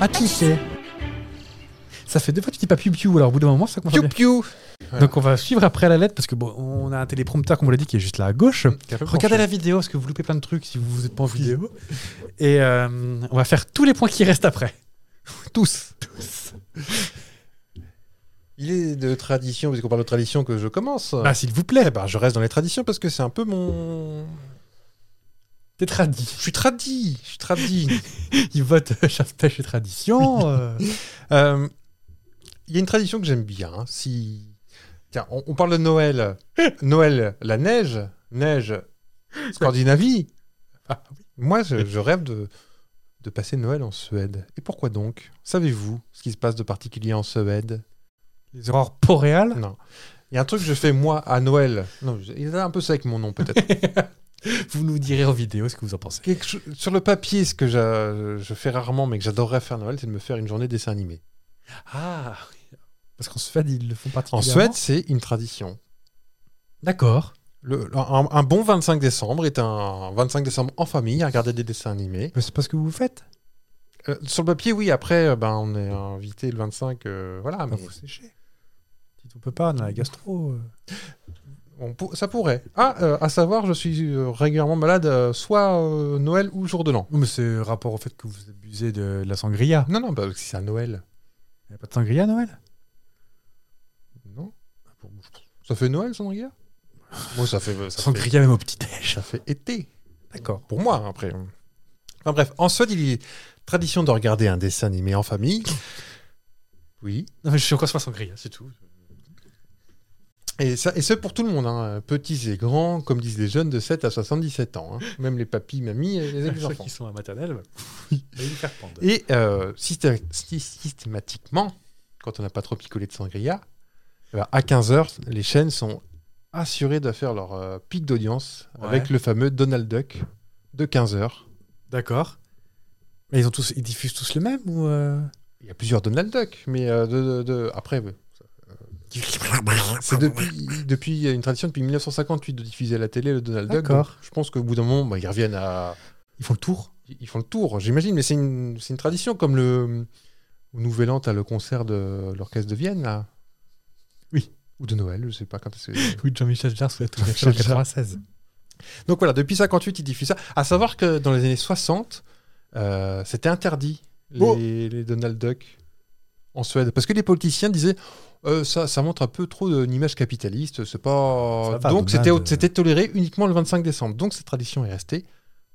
S1: Ah, tu sais. Ça fait deux fois que tu dis pas piou piou, alors au bout d'un moment, ça commence à
S2: Piou
S1: bien.
S2: piou Voilà.
S1: Donc on va suivre après à la lettre, parce que bon, on a un téléprompteur, comme on l'a dit, qui est juste là à gauche.
S2: Ah,
S1: Regardez la vidéo, parce que vous loupez plein de trucs si vous n'êtes pas en vidéo. Et euh, on va faire tous les points qui restent [LAUGHS] après.
S2: tous. Il est de tradition, puisqu'on parle de tradition, que je commence.
S1: Ah, s'il vous plaît, bah,
S2: Bah, je reste dans les traditions parce que c'est un peu mon.
S1: t'es tradit.
S2: Je suis tradit, je suis tradit.
S1: [LAUGHS] Il vote euh, chasse pêche et tradition. euh.
S2: Euh, Il y a une tradition que j'aime bien. hein. Si Tiens, on, on parle de Noël. Noël, la neige, neige, Scandinavie.
S1: Ah
S2: Moi, je, je rêve de, de passer Noël en Suède. Et pourquoi donc Savez-vous ce qui se passe de particulier en Suède
S1: Les aurores boréales.
S2: Non. Il y a un truc que je fais moi à Noël. Non, je- il est un peu sec mon nom peut-être.
S1: Vous nous direz en vidéo ce que vous en pensez.
S2: Quelque cho- Sur le papier, ce que j'a- je fais rarement, mais que j'adorerais faire à Noël, c'est de me faire une journée dessin animé.
S1: Ah, parce qu'en Suède, ils le font
S2: En
S1: particulièrement.
S2: Suède, c'est une tradition.
S1: D'accord.
S2: Le- un, un bon 25 décembre est un 25 décembre en famille à regarder des dessins animés.
S1: Mais c'est pas ce que vous faites.
S2: Euh, sur le papier, oui, après, euh, ben, on est invité le 25, euh, voilà, mais
S1: vous séchez. Dites, on peut pas, on a la gastro. euh.
S2: on pour- ça pourrait. Ah, euh, à savoir, je suis euh, régulièrement malade, euh, soit euh, Noël ou jour de l'an.
S1: Oui, mais c'est rapport au fait que vous abusez de, de la sangria.
S2: Non, non, bah, si c'est à Noël.
S1: Il a pas de sangria à Noël
S2: Non Ça fait Noël, Sandria Moi, ça fait, ça, fait,
S1: Sangria même au petit-déj.
S2: ça fait été.
S1: D'accord.
S2: pour moi hein, après. Enfin bref, en Suède, il est tradition de regarder un dessin animé en famille. Oui.
S1: Non, mais je suis encore sur la sangria, c'est tout.
S2: Et, ça, et ce, pour tout le monde, hein, petits et grands, comme disent les jeunes de 7 à 77 ans, hein. même les papis, mamies et
S1: [LAUGHS]
S2: les
S1: Ceux
S2: ex-enfants.
S1: qui sont à maternelle, bah, allez vous faire pendre.
S2: [LAUGHS] Et euh, systé- sy- systématiquement, quand on n'a pas trop picolé de sangria, eh ben, à 15h, les chaînes sont assurées de faire leur euh, pic d'audience
S1: Ouais.
S2: avec le fameux Donald Duck de 15h.
S1: D'accord. Mais ils, ont tous, ils diffusent tous le même ou euh
S2: Il y a plusieurs Donald Duck, mais euh, de, de- de- après,
S1: [LAUGHS]
S2: ouais, C'est [LAUGHS] depuis, depuis une tradition depuis 1958 de diffuser à la télé le Donald Duck.
S1: D'accord.
S2: Donc, Je pense qu'au bout d'un moment, bah, ils reviennent à.
S1: Ils font le tour
S2: Ils font le tour, j'imagine, mais c'est une, c'est une tradition comme le. Au Nouvel An, t'as le concert de l'orchestre de Vienne, là.
S1: Oui.
S2: Ou de Noël, je sais pas quand est-ce que
S1: Oui, Jean-Michel Jarre souhaite tout
S2: Jean-Michel Jarre.
S1: 96.
S2: Donc voilà, depuis 58, ils diffusent ça. À savoir que dans les années 60, euh, c'était interdit, les,
S1: Oh.
S2: les Donald Duck, en Suède. Parce que les politiciens disaient. euh, ça, ça montre un peu trop d'une image capitaliste. C'est pas.
S1: Ça va,
S2: Donc
S1: Donald,
S2: c'était
S1: euh.
S2: c'était toléré uniquement le 25 décembre. Donc cette tradition est restée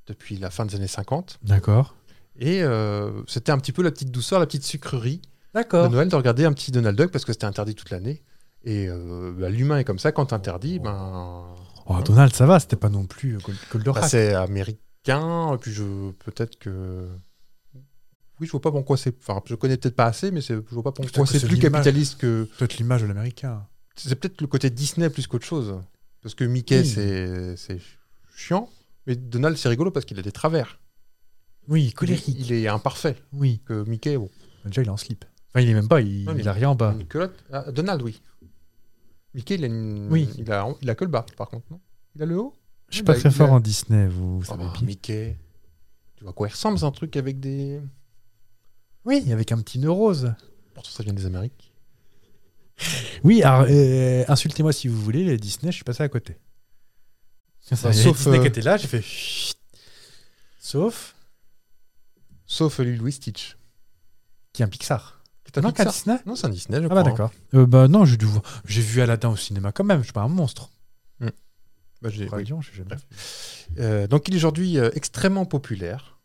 S2: depuis la fin des années 50.
S1: D'accord.
S2: Et euh, c'était un petit peu la petite douceur, la petite sucrerie de
S1: D'accord.
S2: Noël de regarder un petit Donald Duck parce que c'était interdit toute l'année. Et euh, bah, l'humain est comme ça. Quand interdit, ben.
S1: Oh, Donald, ça va, c'était pas non plus euh, Gold-
S2: Bah,
S1: Goldorak.
S2: c'est américain, et puis je peut-être que oui, je vois pas pourquoi c'est. Enfin, je connais peut-être pas assez, mais c'est- je vois pas pourquoi
S1: Peut-être que
S2: c'est
S1: c'est
S2: plus
S1: l'image.
S2: capitaliste que.
S1: peut-être l'image de l'américain.
S2: C'est peut-être le côté Disney plus qu'autre chose, parce que Mickey
S1: Oui.
S2: c'est c'est chiant, mais Donald c'est rigolo parce qu'il a des travers.
S1: Oui,
S2: Il est,
S1: colérique.
S2: il est imparfait.
S1: Oui. Bah,
S2: Que Mickey, bon,
S1: Déjà, il est en slip. Enfin, il est même pas, il,
S2: Non, mais-
S1: il a rien en bas.
S2: une culotte. Ah, Donald, oui. Mickey, il a une.
S1: Oui.
S2: Il a, il a que le bas, par contre. Non il a le haut.
S1: Je suis
S2: bah,
S1: pas très
S2: il
S1: fort
S2: a-
S1: en Disney, vous, vous
S2: Oh,
S1: savez bien.
S2: Mickey. Tu vois à quoi il ressemble, c'est un truc avec des.
S1: Oui, avec un petit neurose.
S2: Pourtant, ça vient des Amériques.
S1: Oui, alors, euh, insultez-moi si vous voulez, les Disney, je suis passé à côté.
S2: Bah, sauf,
S1: sauf Disney
S2: euh,
S1: qui était là, j'ai fait. chut. Sauf
S2: Sauf euh, Lilo et Stitch.
S1: qui est un Pixar.
S2: T'as
S1: non,
S2: vu que
S1: qu'un
S2: ça
S1: Disney
S2: Non, c'est un Disney, je
S1: Ah
S2: crois.
S1: bah d'accord. Euh, bah non, j'ai dû voir. J'ai vu Aladdin au cinéma quand même, je suis pas un monstre.
S2: hein. Bah, j'ai- oui.
S1: Radiant, j'ai jamais vu.
S2: Euh, donc il est aujourd'hui euh, extrêmement populaire,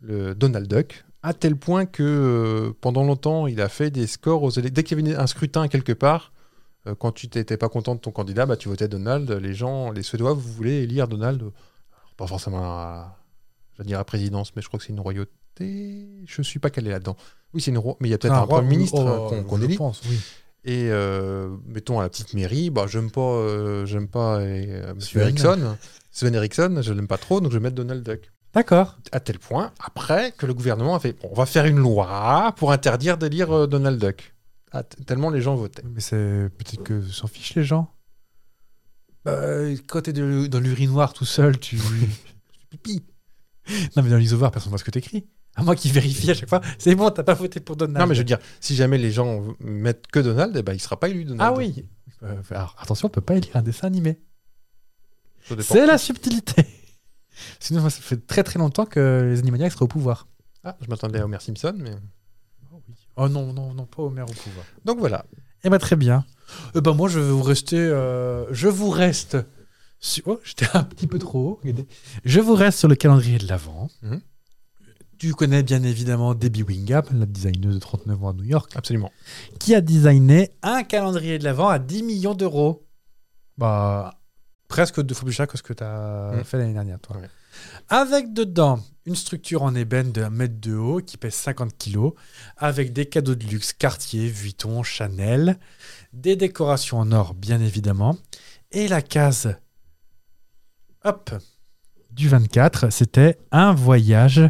S2: le Donald Duck, à tel point que euh, pendant longtemps, il a fait des scores aux éle- Dès qu'il y avait une- un scrutin quelque part, euh, quand tu t'étais pas content de ton candidat, bah, tu votais Donald. Les gens, les Suédois, vous voulez élire Donald. Alors, pas forcément à, je veux dire à la présidence, mais je crois que c'est une royauté. Je suis pas calé là-dedans. Oui, c'est une roi, mais il y a peut-être
S1: Ah,
S2: un
S1: roi-
S2: premier ministre
S1: oh,
S2: hein, qu'on qu'on
S1: je
S2: élit.
S1: pense, oui.
S2: Et euh, mettons à la petite mairie, bah, j'aime pas, euh, j'aime pas euh, Monsieur
S1: Sven.
S2: Erickson. Sven Erickson, je l'aime pas trop, donc je vais mettre Donald Duck.
S1: D'accord.
S2: À tel point, après, que le gouvernement a fait, bon, on va faire une loi pour interdire d'élire euh, Donald Duck. Ah, t- tellement les gens votaient.
S1: Mais c'est peut-être que s'en fichent les gens. Euh, quand t'es [LAUGHS] de- dans l'urinoir tout seul, tu.
S2: Pipi.
S1: non, mais dans l'isovar, personne voit ce que t'écris. À moi qui vérifie à chaque fois. C'est bon, t'as pas voté pour Donald.
S2: Non, mais je veux dire, si jamais les gens v- mettent que Donald, eh ben, il sera pas élu, Donald.
S1: Ah oui. Euh, alors, attention, on peut pas élire un dessin animé.
S2: Ça dépend.
S1: C'est la subtilité. [LAUGHS] Sinon, moi, ça fait très très longtemps que les Animaniacs seraient au pouvoir.
S2: Ah, je m'attendais à Homer Simpson, mais...
S1: Oh non, non, non, pas Homer au pouvoir.
S2: Donc voilà.
S1: Eh ben très bien. Eh ben moi je vais vous rester, euh, je vous reste. Sur... Oh, j'étais un petit peu trop haut. regardez. Je vous reste sur le calendrier de l'avant.
S2: Mhm.
S1: Tu connais bien évidemment Debbie Wingap, la designeuse de 39 ans à New York,
S2: Absolument.
S1: qui a designé un calendrier de l'avant à 10 millions d'euros. Bah presque deux fois plus cher que ce que tu as
S2: Mhm.
S1: fait l'année dernière, toi.
S2: Ouais.
S1: Mmh. Avec dedans une structure en ébène d'un mètre de haut qui pèse 50 kilos, avec des cadeaux de luxe Cartier, Vuitton, Chanel, des décorations en or bien évidemment, et la case hop, du 24, c'était un voyage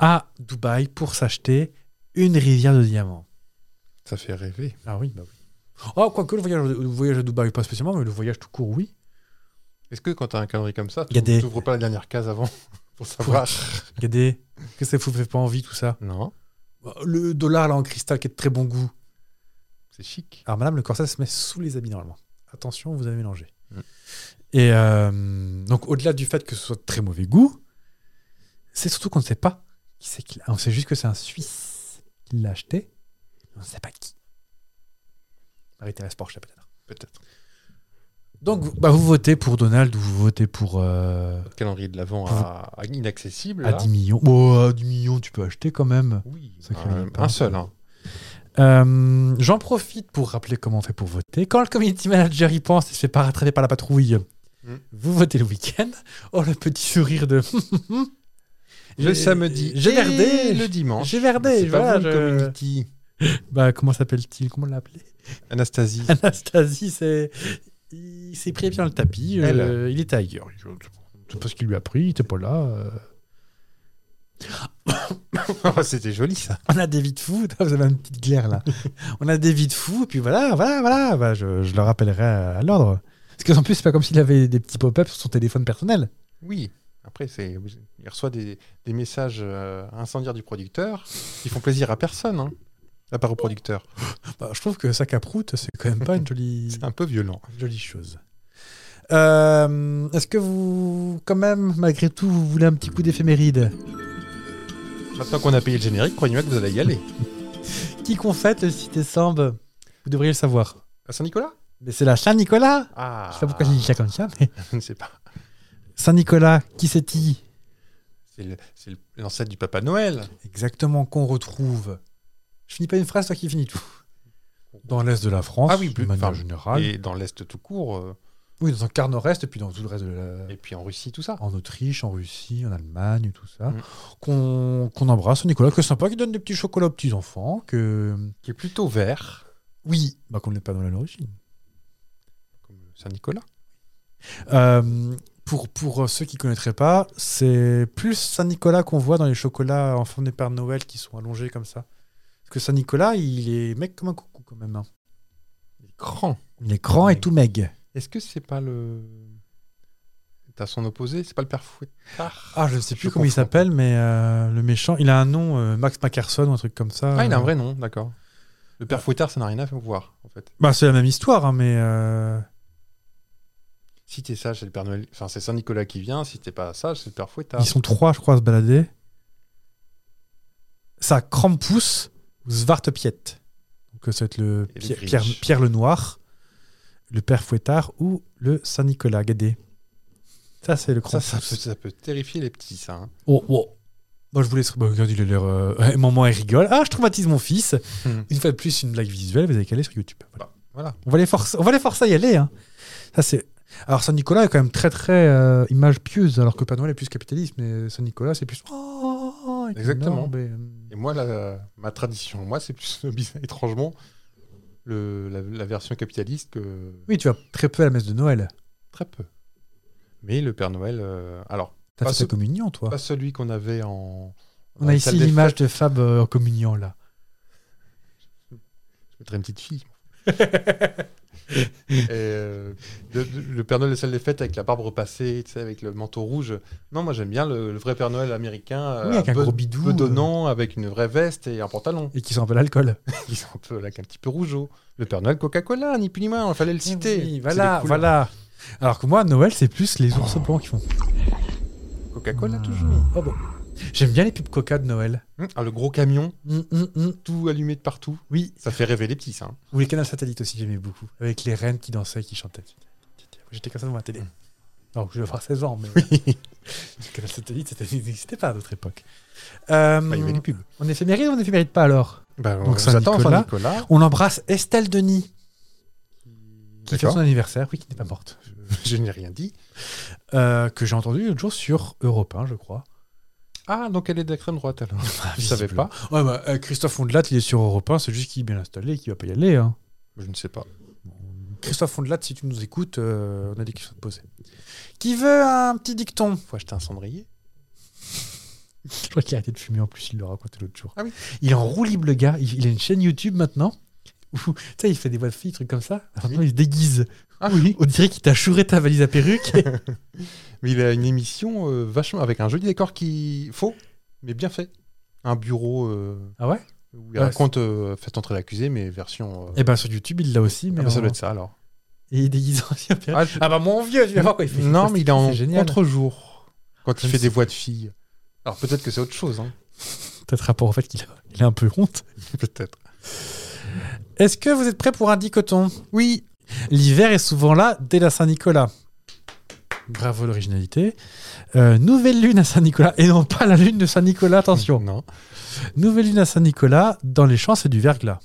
S1: à Dubaï pour s'acheter une rivière de diamants.
S2: Ça fait rêver.
S1: Ah oui, bah oui. Oh, quoique le voyage, le voyage à Dubaï, pas spécialement, mais le voyage tout court, oui.
S2: Est-ce que quand t'as un calendrier comme ça,
S1: Y a
S2: tu
S1: des-
S2: n'ouvres pas la dernière case avant [LAUGHS] pour savoir
S1: Regardez, qu'est-ce que ça vous fait pas envie tout ça Bah,
S2: Non,
S1: Le dollar là en cristal qui est de très bon goût.
S2: c'est chic.
S1: Alors, madame, le corset se met sous les habits normalement. Attention, vous avez mélangé.
S2: Mm.
S1: Et euh, donc, au-delà du fait que ce soit de très mauvais goût, c'est surtout qu'on ne sait pas qui c'est qui l'a. On sait juste que c'est un Suisse qui l'a acheté. On ne sait pas qui. Marie-Thérèse Porsche, peut-être.
S2: Peut-être.
S1: Donc, vous- bah, vous votez pour Donald ou vous votez pour. euh,
S2: Le calendrier de l'avant à, à inaccessible.
S1: à
S2: là.
S1: 10 millions. Bon, à 10 millions, tu peux acheter quand même.
S2: Oui,
S1: Ça
S2: un,
S1: crée pas.
S2: un seul. hein.
S1: Euh, J'en profite pour rappeler comment on fait pour voter. Quand le community manager y pense et se fait pas rattraper par la patrouille,
S2: Mm.
S1: vous votez le week-end. Oh, le petit sourire de. [LAUGHS]
S2: Le
S1: J'ai-
S2: samedi.
S1: J'ai
S2: et
S1: verdé.
S2: Le dimanche.
S1: J'ai verdé.
S2: C'est pas
S1: Voilà,
S2: vous, le
S1: je-
S2: community.
S1: Bah, comment s'appelle-t-il Comment on l'a appelé [LAUGHS]
S2: Anastasie.
S1: Ah, Anastasie, c'est. Il s'est pris bien le tapis. euh, il était ailleurs. Je sais pas ce qu'il lui a pris. Il était pas là. euh.
S2: Oh, [COUGHS] C'était joli ça.
S1: On a des vies de fous. [LAUGHS] Vous avez une petite glaire
S2: [LAUGHS]
S1: là. on a des vies de fous. Puis voilà, voilà, voilà. Bah, je, je le rappellerai à, à l'ordre. Parce qu'en plus, c'est pas comme s'il avait des petits pop-up sur son téléphone personnel.
S2: Oui. Après, c'est, il reçoit des, des messages euh, incendiaires du producteur qui font plaisir à personne, hein, à part au producteur.
S1: Bah, je trouve que sac à prout, [LAUGHS] c'est quand même pas une jolie,
S2: C'est un peu violent.
S1: une jolie chose. Euh, Est-ce que vous, quand même, malgré tout, vous voulez un petit coup d'éphéméride
S2: Maintenant qu'on a payé le générique, croyez-moi que vous allez y aller.
S1: Qui qu'on fête le 6 décembre Vous devriez le savoir.
S2: À Saint-Nicolas
S1: Mais c'est la Saint-Nicolas
S2: Ah.
S1: Je sais pas pourquoi j'ai dit ça comme ça, mais [LAUGHS]
S2: Je ne sais pas.
S1: Saint-Nicolas, qui c'est-il
S2: C'est, le- c'est le- l'ancêtre du Papa Noël.
S1: Exactement, qu'on retrouve. Je finis pas une phrase, toi qui finis tout. Dans l'Est de la France,
S2: Ah oui, plus-
S1: de manière
S2: enfin,
S1: générale.
S2: Et dans l'Est tout court, euh,
S1: Oui, dans un quart nord-est, et puis dans tout le reste de la,
S2: et puis en Russie, tout ça.
S1: en Autriche, en Russie, en Allemagne, tout ça,
S2: Mm.
S1: qu'on qu'on embrasse Nicolas, que sympa, qui donne des petits chocolats aux petits enfants, que
S2: Qui est plutôt vert,
S1: oui, bah qu'on n'est pas dans l'origine.
S2: comme Saint-Nicolas.
S1: Euh, pour pour ceux qui connaîtraient pas, c'est plus Saint Nicolas qu'on voit dans les chocolats en forme de Père Noël qui sont allongés comme ça. Parce que Saint Nicolas, il est mec comme un coucou quand même. hein.
S2: Il est grand.
S1: Il est grand et tout meg.
S2: Est-ce que c'est pas le. T'as son opposé C'est pas le père Fouet
S1: Ah, je ne sais plus
S2: Je
S1: comment il
S2: confonds.
S1: s'appelle, mais euh, le méchant, il a un nom, euh, Max Mackerson ou un truc comme ça.
S2: Ah, il a un
S1: Euh,
S2: vrai nom, d'accord. Le père Fouettard, ça n'a rien à voir, en fait.
S1: Bah, c'est la même histoire, hein, mais. euh,
S2: Si t'es sage, c'est le Père Noël. Enfin, c'est Saint-Nicolas qui vient. Si t'es pas sage, c'est le Père Fouettard.
S1: Ils sont trois, je crois, à se balader. Ça, Krampus ou Svartepiet. Donc, euh, ça va être le
S2: Et le
S1: Pierre,
S2: Grinch.
S1: Pierre, Pierre le Noir, le Père Fouettard ou le Saint-Nicolas Gadé. Ça, c'est le
S2: Ça,
S1: Krampus.
S2: ça peut, ça peut terrifier les petits, ça. hein.
S1: Oh, oh. Moi, je vous laisse. bah, regarde, il a l'air. euh, [LAUGHS] ouais, Maman, elle rigole. Ah, je traumatise mon fils.
S2: Hmm. Bah,
S1: Une fois de plus, une blague visuelle, vous avez qu'à aller sur YouTube. Voilà.
S2: Voilà.
S1: On va les forcer, on va les forcer à y aller. hein. Ça, c'est... Alors Saint-Nicolas est quand même très très euh, image pieuse, alors que Père Noël est plus capitaliste, mais Saint-Nicolas c'est plus... Oh, avec une
S2: Exactement.
S1: orbe et, euh,
S2: Et moi, la- ma tradition, moi, c'est plus [LAUGHS] bizarre, étrangement le, la, la version capitaliste que
S1: Oui, tu vas très peu à la messe de Noël.
S2: très peu. Mais le Père Noël, euh, alors
S1: T'as
S2: Pas
S1: fait
S2: ce-
S1: ta communion, toi.
S2: pas celui qu'on avait en.
S1: on
S2: dans
S1: a
S2: la
S1: ici
S2: salle des
S1: l'image
S2: fêtes.
S1: de Fab euh, en communion, là.
S2: Je mettrais une petite fille. Et, euh, le, le Père Noël de salle des fêtes avec la barbe repassée, tu sais, avec le manteau rouge. Non, moi j'aime bien le, le vrai Père Noël américain, euh,
S1: Oui, avec un
S2: peu-
S1: gros euh. bidou, euh,
S2: peu donnant, avec une vraie veste et
S1: [LAUGHS]
S2: un pantalon.
S1: Et qui sent un peu l'alcool.
S2: Ils sont un peu là, un petit peu rougeau. Le Père Noël Coca-Cola, ni plus ni moins, il fallait le citer.
S1: Eh Oui,
S2: C'est
S1: voilà,
S2: des couleurs.
S1: voilà. Alors que moi, Noël, c'est plus
S2: Oh.
S1: les ours blancs qui font.
S2: Coca-Cola toujours.
S1: Oh bon. J'aime bien les pubs Coca de Noël.
S2: Hum, Ah, le gros camion,
S1: Hum, hum, hum.
S2: tout allumé de partout.
S1: Oui.
S2: Ça fait rêver les petits, ça. hein.
S1: Ou les canals satellites aussi, j'aimais beaucoup. Avec les reines qui dansaient et qui chantaient. J'étais comme ça devant la télé. Non, je vais avoir 16 ans, mais. euh,
S2: [LAUGHS]
S1: les canals satellites, c'était- ils n'existaient pas à notre époque. Euh,
S2: Bah, il y avait des pubs.
S1: on éphéméride ou on éphéméride pas alors
S2: Bah,
S1: Donc,
S2: on
S1: Saint-Nicolas.
S2: s'attend à Saint-Nicolas.
S1: On embrasse Estelle Denis, qui fait
S2: D'accord.
S1: son anniversaire, oui, qui n'est pas morte.
S2: Je n'ai rien dit.
S1: Euh, que j'ai entendu l'autre jour sur Europe 1, je crois.
S2: Ah, donc elle est d'extrême droite alors.
S1: Ah,
S2: Je savais
S1: visiblement.
S2: pas.
S1: Ouais, bah, euh, Christophe Ondelat, il est sur Europe 1, c'est juste qu'il est bien installé et qu'il va pas y aller. hein.
S2: Je ne sais pas.
S1: Christophe Ondelat, si tu nous écoutes, euh, on a des questions à te poser. Qui veut un petit dicton
S2: Faut acheter un cendrier.
S1: Je crois qu'il a arrêté de fumer en plus, il le raconté l'autre jour.
S2: Ah oui.
S1: Il est en roue libre, le gars. Il, il a une chaîne YouTube maintenant. Où, tu sais, il fait des voix de filles, trucs comme ça. Maintenant, il se déguise.
S2: Ah oui.
S1: On dirait qu'il t'a chouré ta valise à [LAUGHS] perruque.
S2: Mais il a une émission euh, vachement avec un joli décor qui faux, mais bien fait. Un bureau euh,
S1: ah ouais
S2: où il
S1: Ouais,
S2: raconte euh, faites entrer l'accusé, mais version. euh,
S1: Et ben sur YouTube, il l'a aussi.
S2: ah
S1: Mais
S2: bah, ça
S1: en-
S2: doit être ça alors.
S1: Et il est déguisé en chien perruque.
S2: Ah, je-
S1: Ah bah mon vieux, tu vas voir quoi il fait.
S2: non, mais il est en
S1: C'est génial.
S2: contre-jour quand il
S1: Même
S2: fait
S1: si-
S2: des voix de filles. Alors peut-être que c'est autre
S1: [LAUGHS]
S2: chose, hein.
S1: Peut-être rapport au fait qu'il a, il a un peu honte.
S2: peut-être.
S1: Est-ce que vous êtes prêts pour un dicoton Oui. L'hiver est souvent là dès la Saint-Nicolas. Bravo l'originalité. Euh, nouvelle lune à Saint-Nicolas. Et non pas la lune de Saint-Nicolas, attention.
S2: Non.
S1: Nouvelle lune à Saint-Nicolas, dans les champs, c'est du verglas.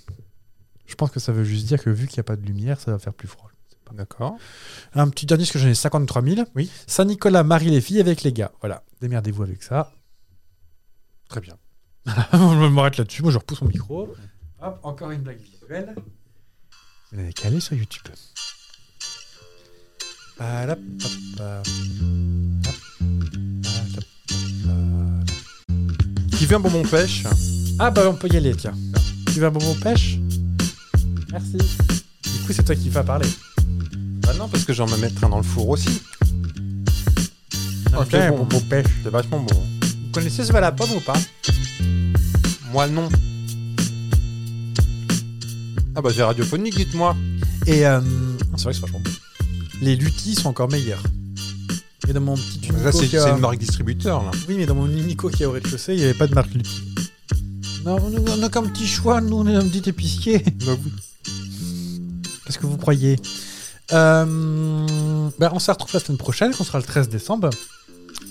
S1: Je pense que ça veut juste dire que vu qu'il n'y a pas de lumière, ça va faire plus froid.
S2: D'accord.
S1: Un petit dernier, parce que j'en ai 53 000.
S2: Oui.
S1: Saint-Nicolas marie les filles avec les gars. Voilà, démerdez-vous avec ça.
S2: Très bien.
S1: On m'arrête là-dessus, [LAUGHS] moi je repousse mon micro. Hop, encore une blague visuelle. Vous n'avez qu'à aller sur YouTube. Palapapa.
S2: Qui veut un bonbon pêche
S1: Ah bah on peut y aller, tiens. Tu vas bon bonbon pêche Merci. Du coup c'est toi qui vas parler.
S2: Bah non, parce que j'en vais mettre un dans le four aussi.
S1: Ah, Ok,
S2: c'est bon.
S1: bonbon pêche.
S2: C'est vachement bon.
S1: Vous connaissez ce la pomme ou pas
S2: Moi non. Ah bah j'ai radiophonique, dites-moi.
S1: Et euh, c'est vrai que c'est vachement bon. Les lutis sont encore meilleurs. Et dans mon petit Unico
S2: Là, c'est
S1: qui a-
S2: c'est une marque distributeur là.
S1: Oui, mais dans mon Unico qui est au rez-de-chaussée, il n'y avait pas de marque lutis. Non, nous, on a qu'un petit choix, nous on est un petit épicier.
S2: Bah
S1: Parce que vous croyez. Euh, bah, on se retrouve la semaine prochaine, qu'on sera le 13 décembre.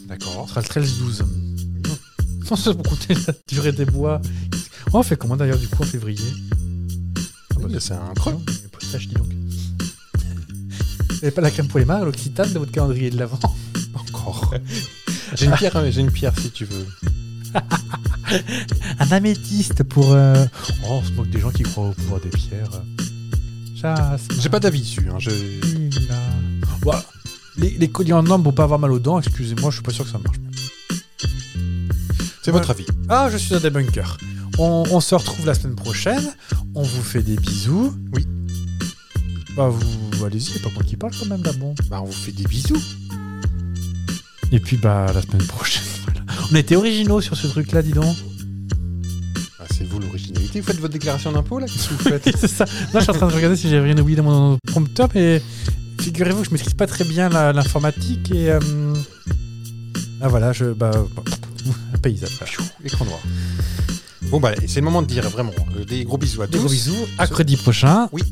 S1: On
S2: D'accord.
S1: sera le 13-12. On se pour compter la durée des mois. Oh, on fait comment d'ailleurs du coup en février
S2: Ah bah, c'est un creux.
S1: Le postage, dis donc. Vous n'avez pas la crème pour les mains, l'occitane de votre calendrier de l'avant
S2: Pas encore. j'ai une pierre, hein, j'ai une pierre si tu veux.
S1: Un améthyste pour. euh, Oh, on se moque des gens qui croient au pouvoir des pierres. Chasse.
S2: J'ai pas d'avis dessus. Hein. je-
S1: Voilà. Les, les colliers en or pour pas avoir mal aux dents, excusez-moi, je suis pas sûr que ça marche.
S2: C'est votre avis.
S1: Ah, je suis un débunker. On, on se retrouve la semaine prochaine. On vous fait des bisous.
S2: Oui.
S1: Bah, vous allez-y, c'est pas moi qui parle quand même là-bon.
S2: Bah on vous fait des bisous.
S1: Et puis, bah, la semaine prochaine. [LAUGHS] voilà. On était originaux sur ce truc-là, dis [LAUGHS] donc.
S2: Bah, c'est vous l'originalité. Vous faites votre déclaration d'impôt là [LAUGHS] Qu'est-ce que vous faites
S1: c'est ça. Là, je suis en train de regarder si j'ai rien oublié dans mon prompteur, mais figurez-vous que je maîtrise pas très bien la- l'informatique et. euh, Ah voilà, je. Bah. [LAUGHS] bon, Un paysage. voilà.
S2: Piou, Écran noir. Bon bah c'est le moment de dire vraiment euh, des gros bisous à
S1: Des
S2: tous.
S1: gros bisous. À mercredi prochain.
S2: Oui.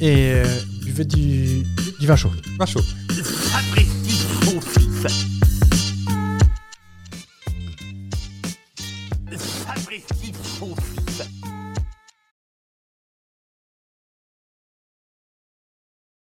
S1: Et euh, buvez du, du vin chaud.
S2: Pas chaud.
S3: Sapristi, son fils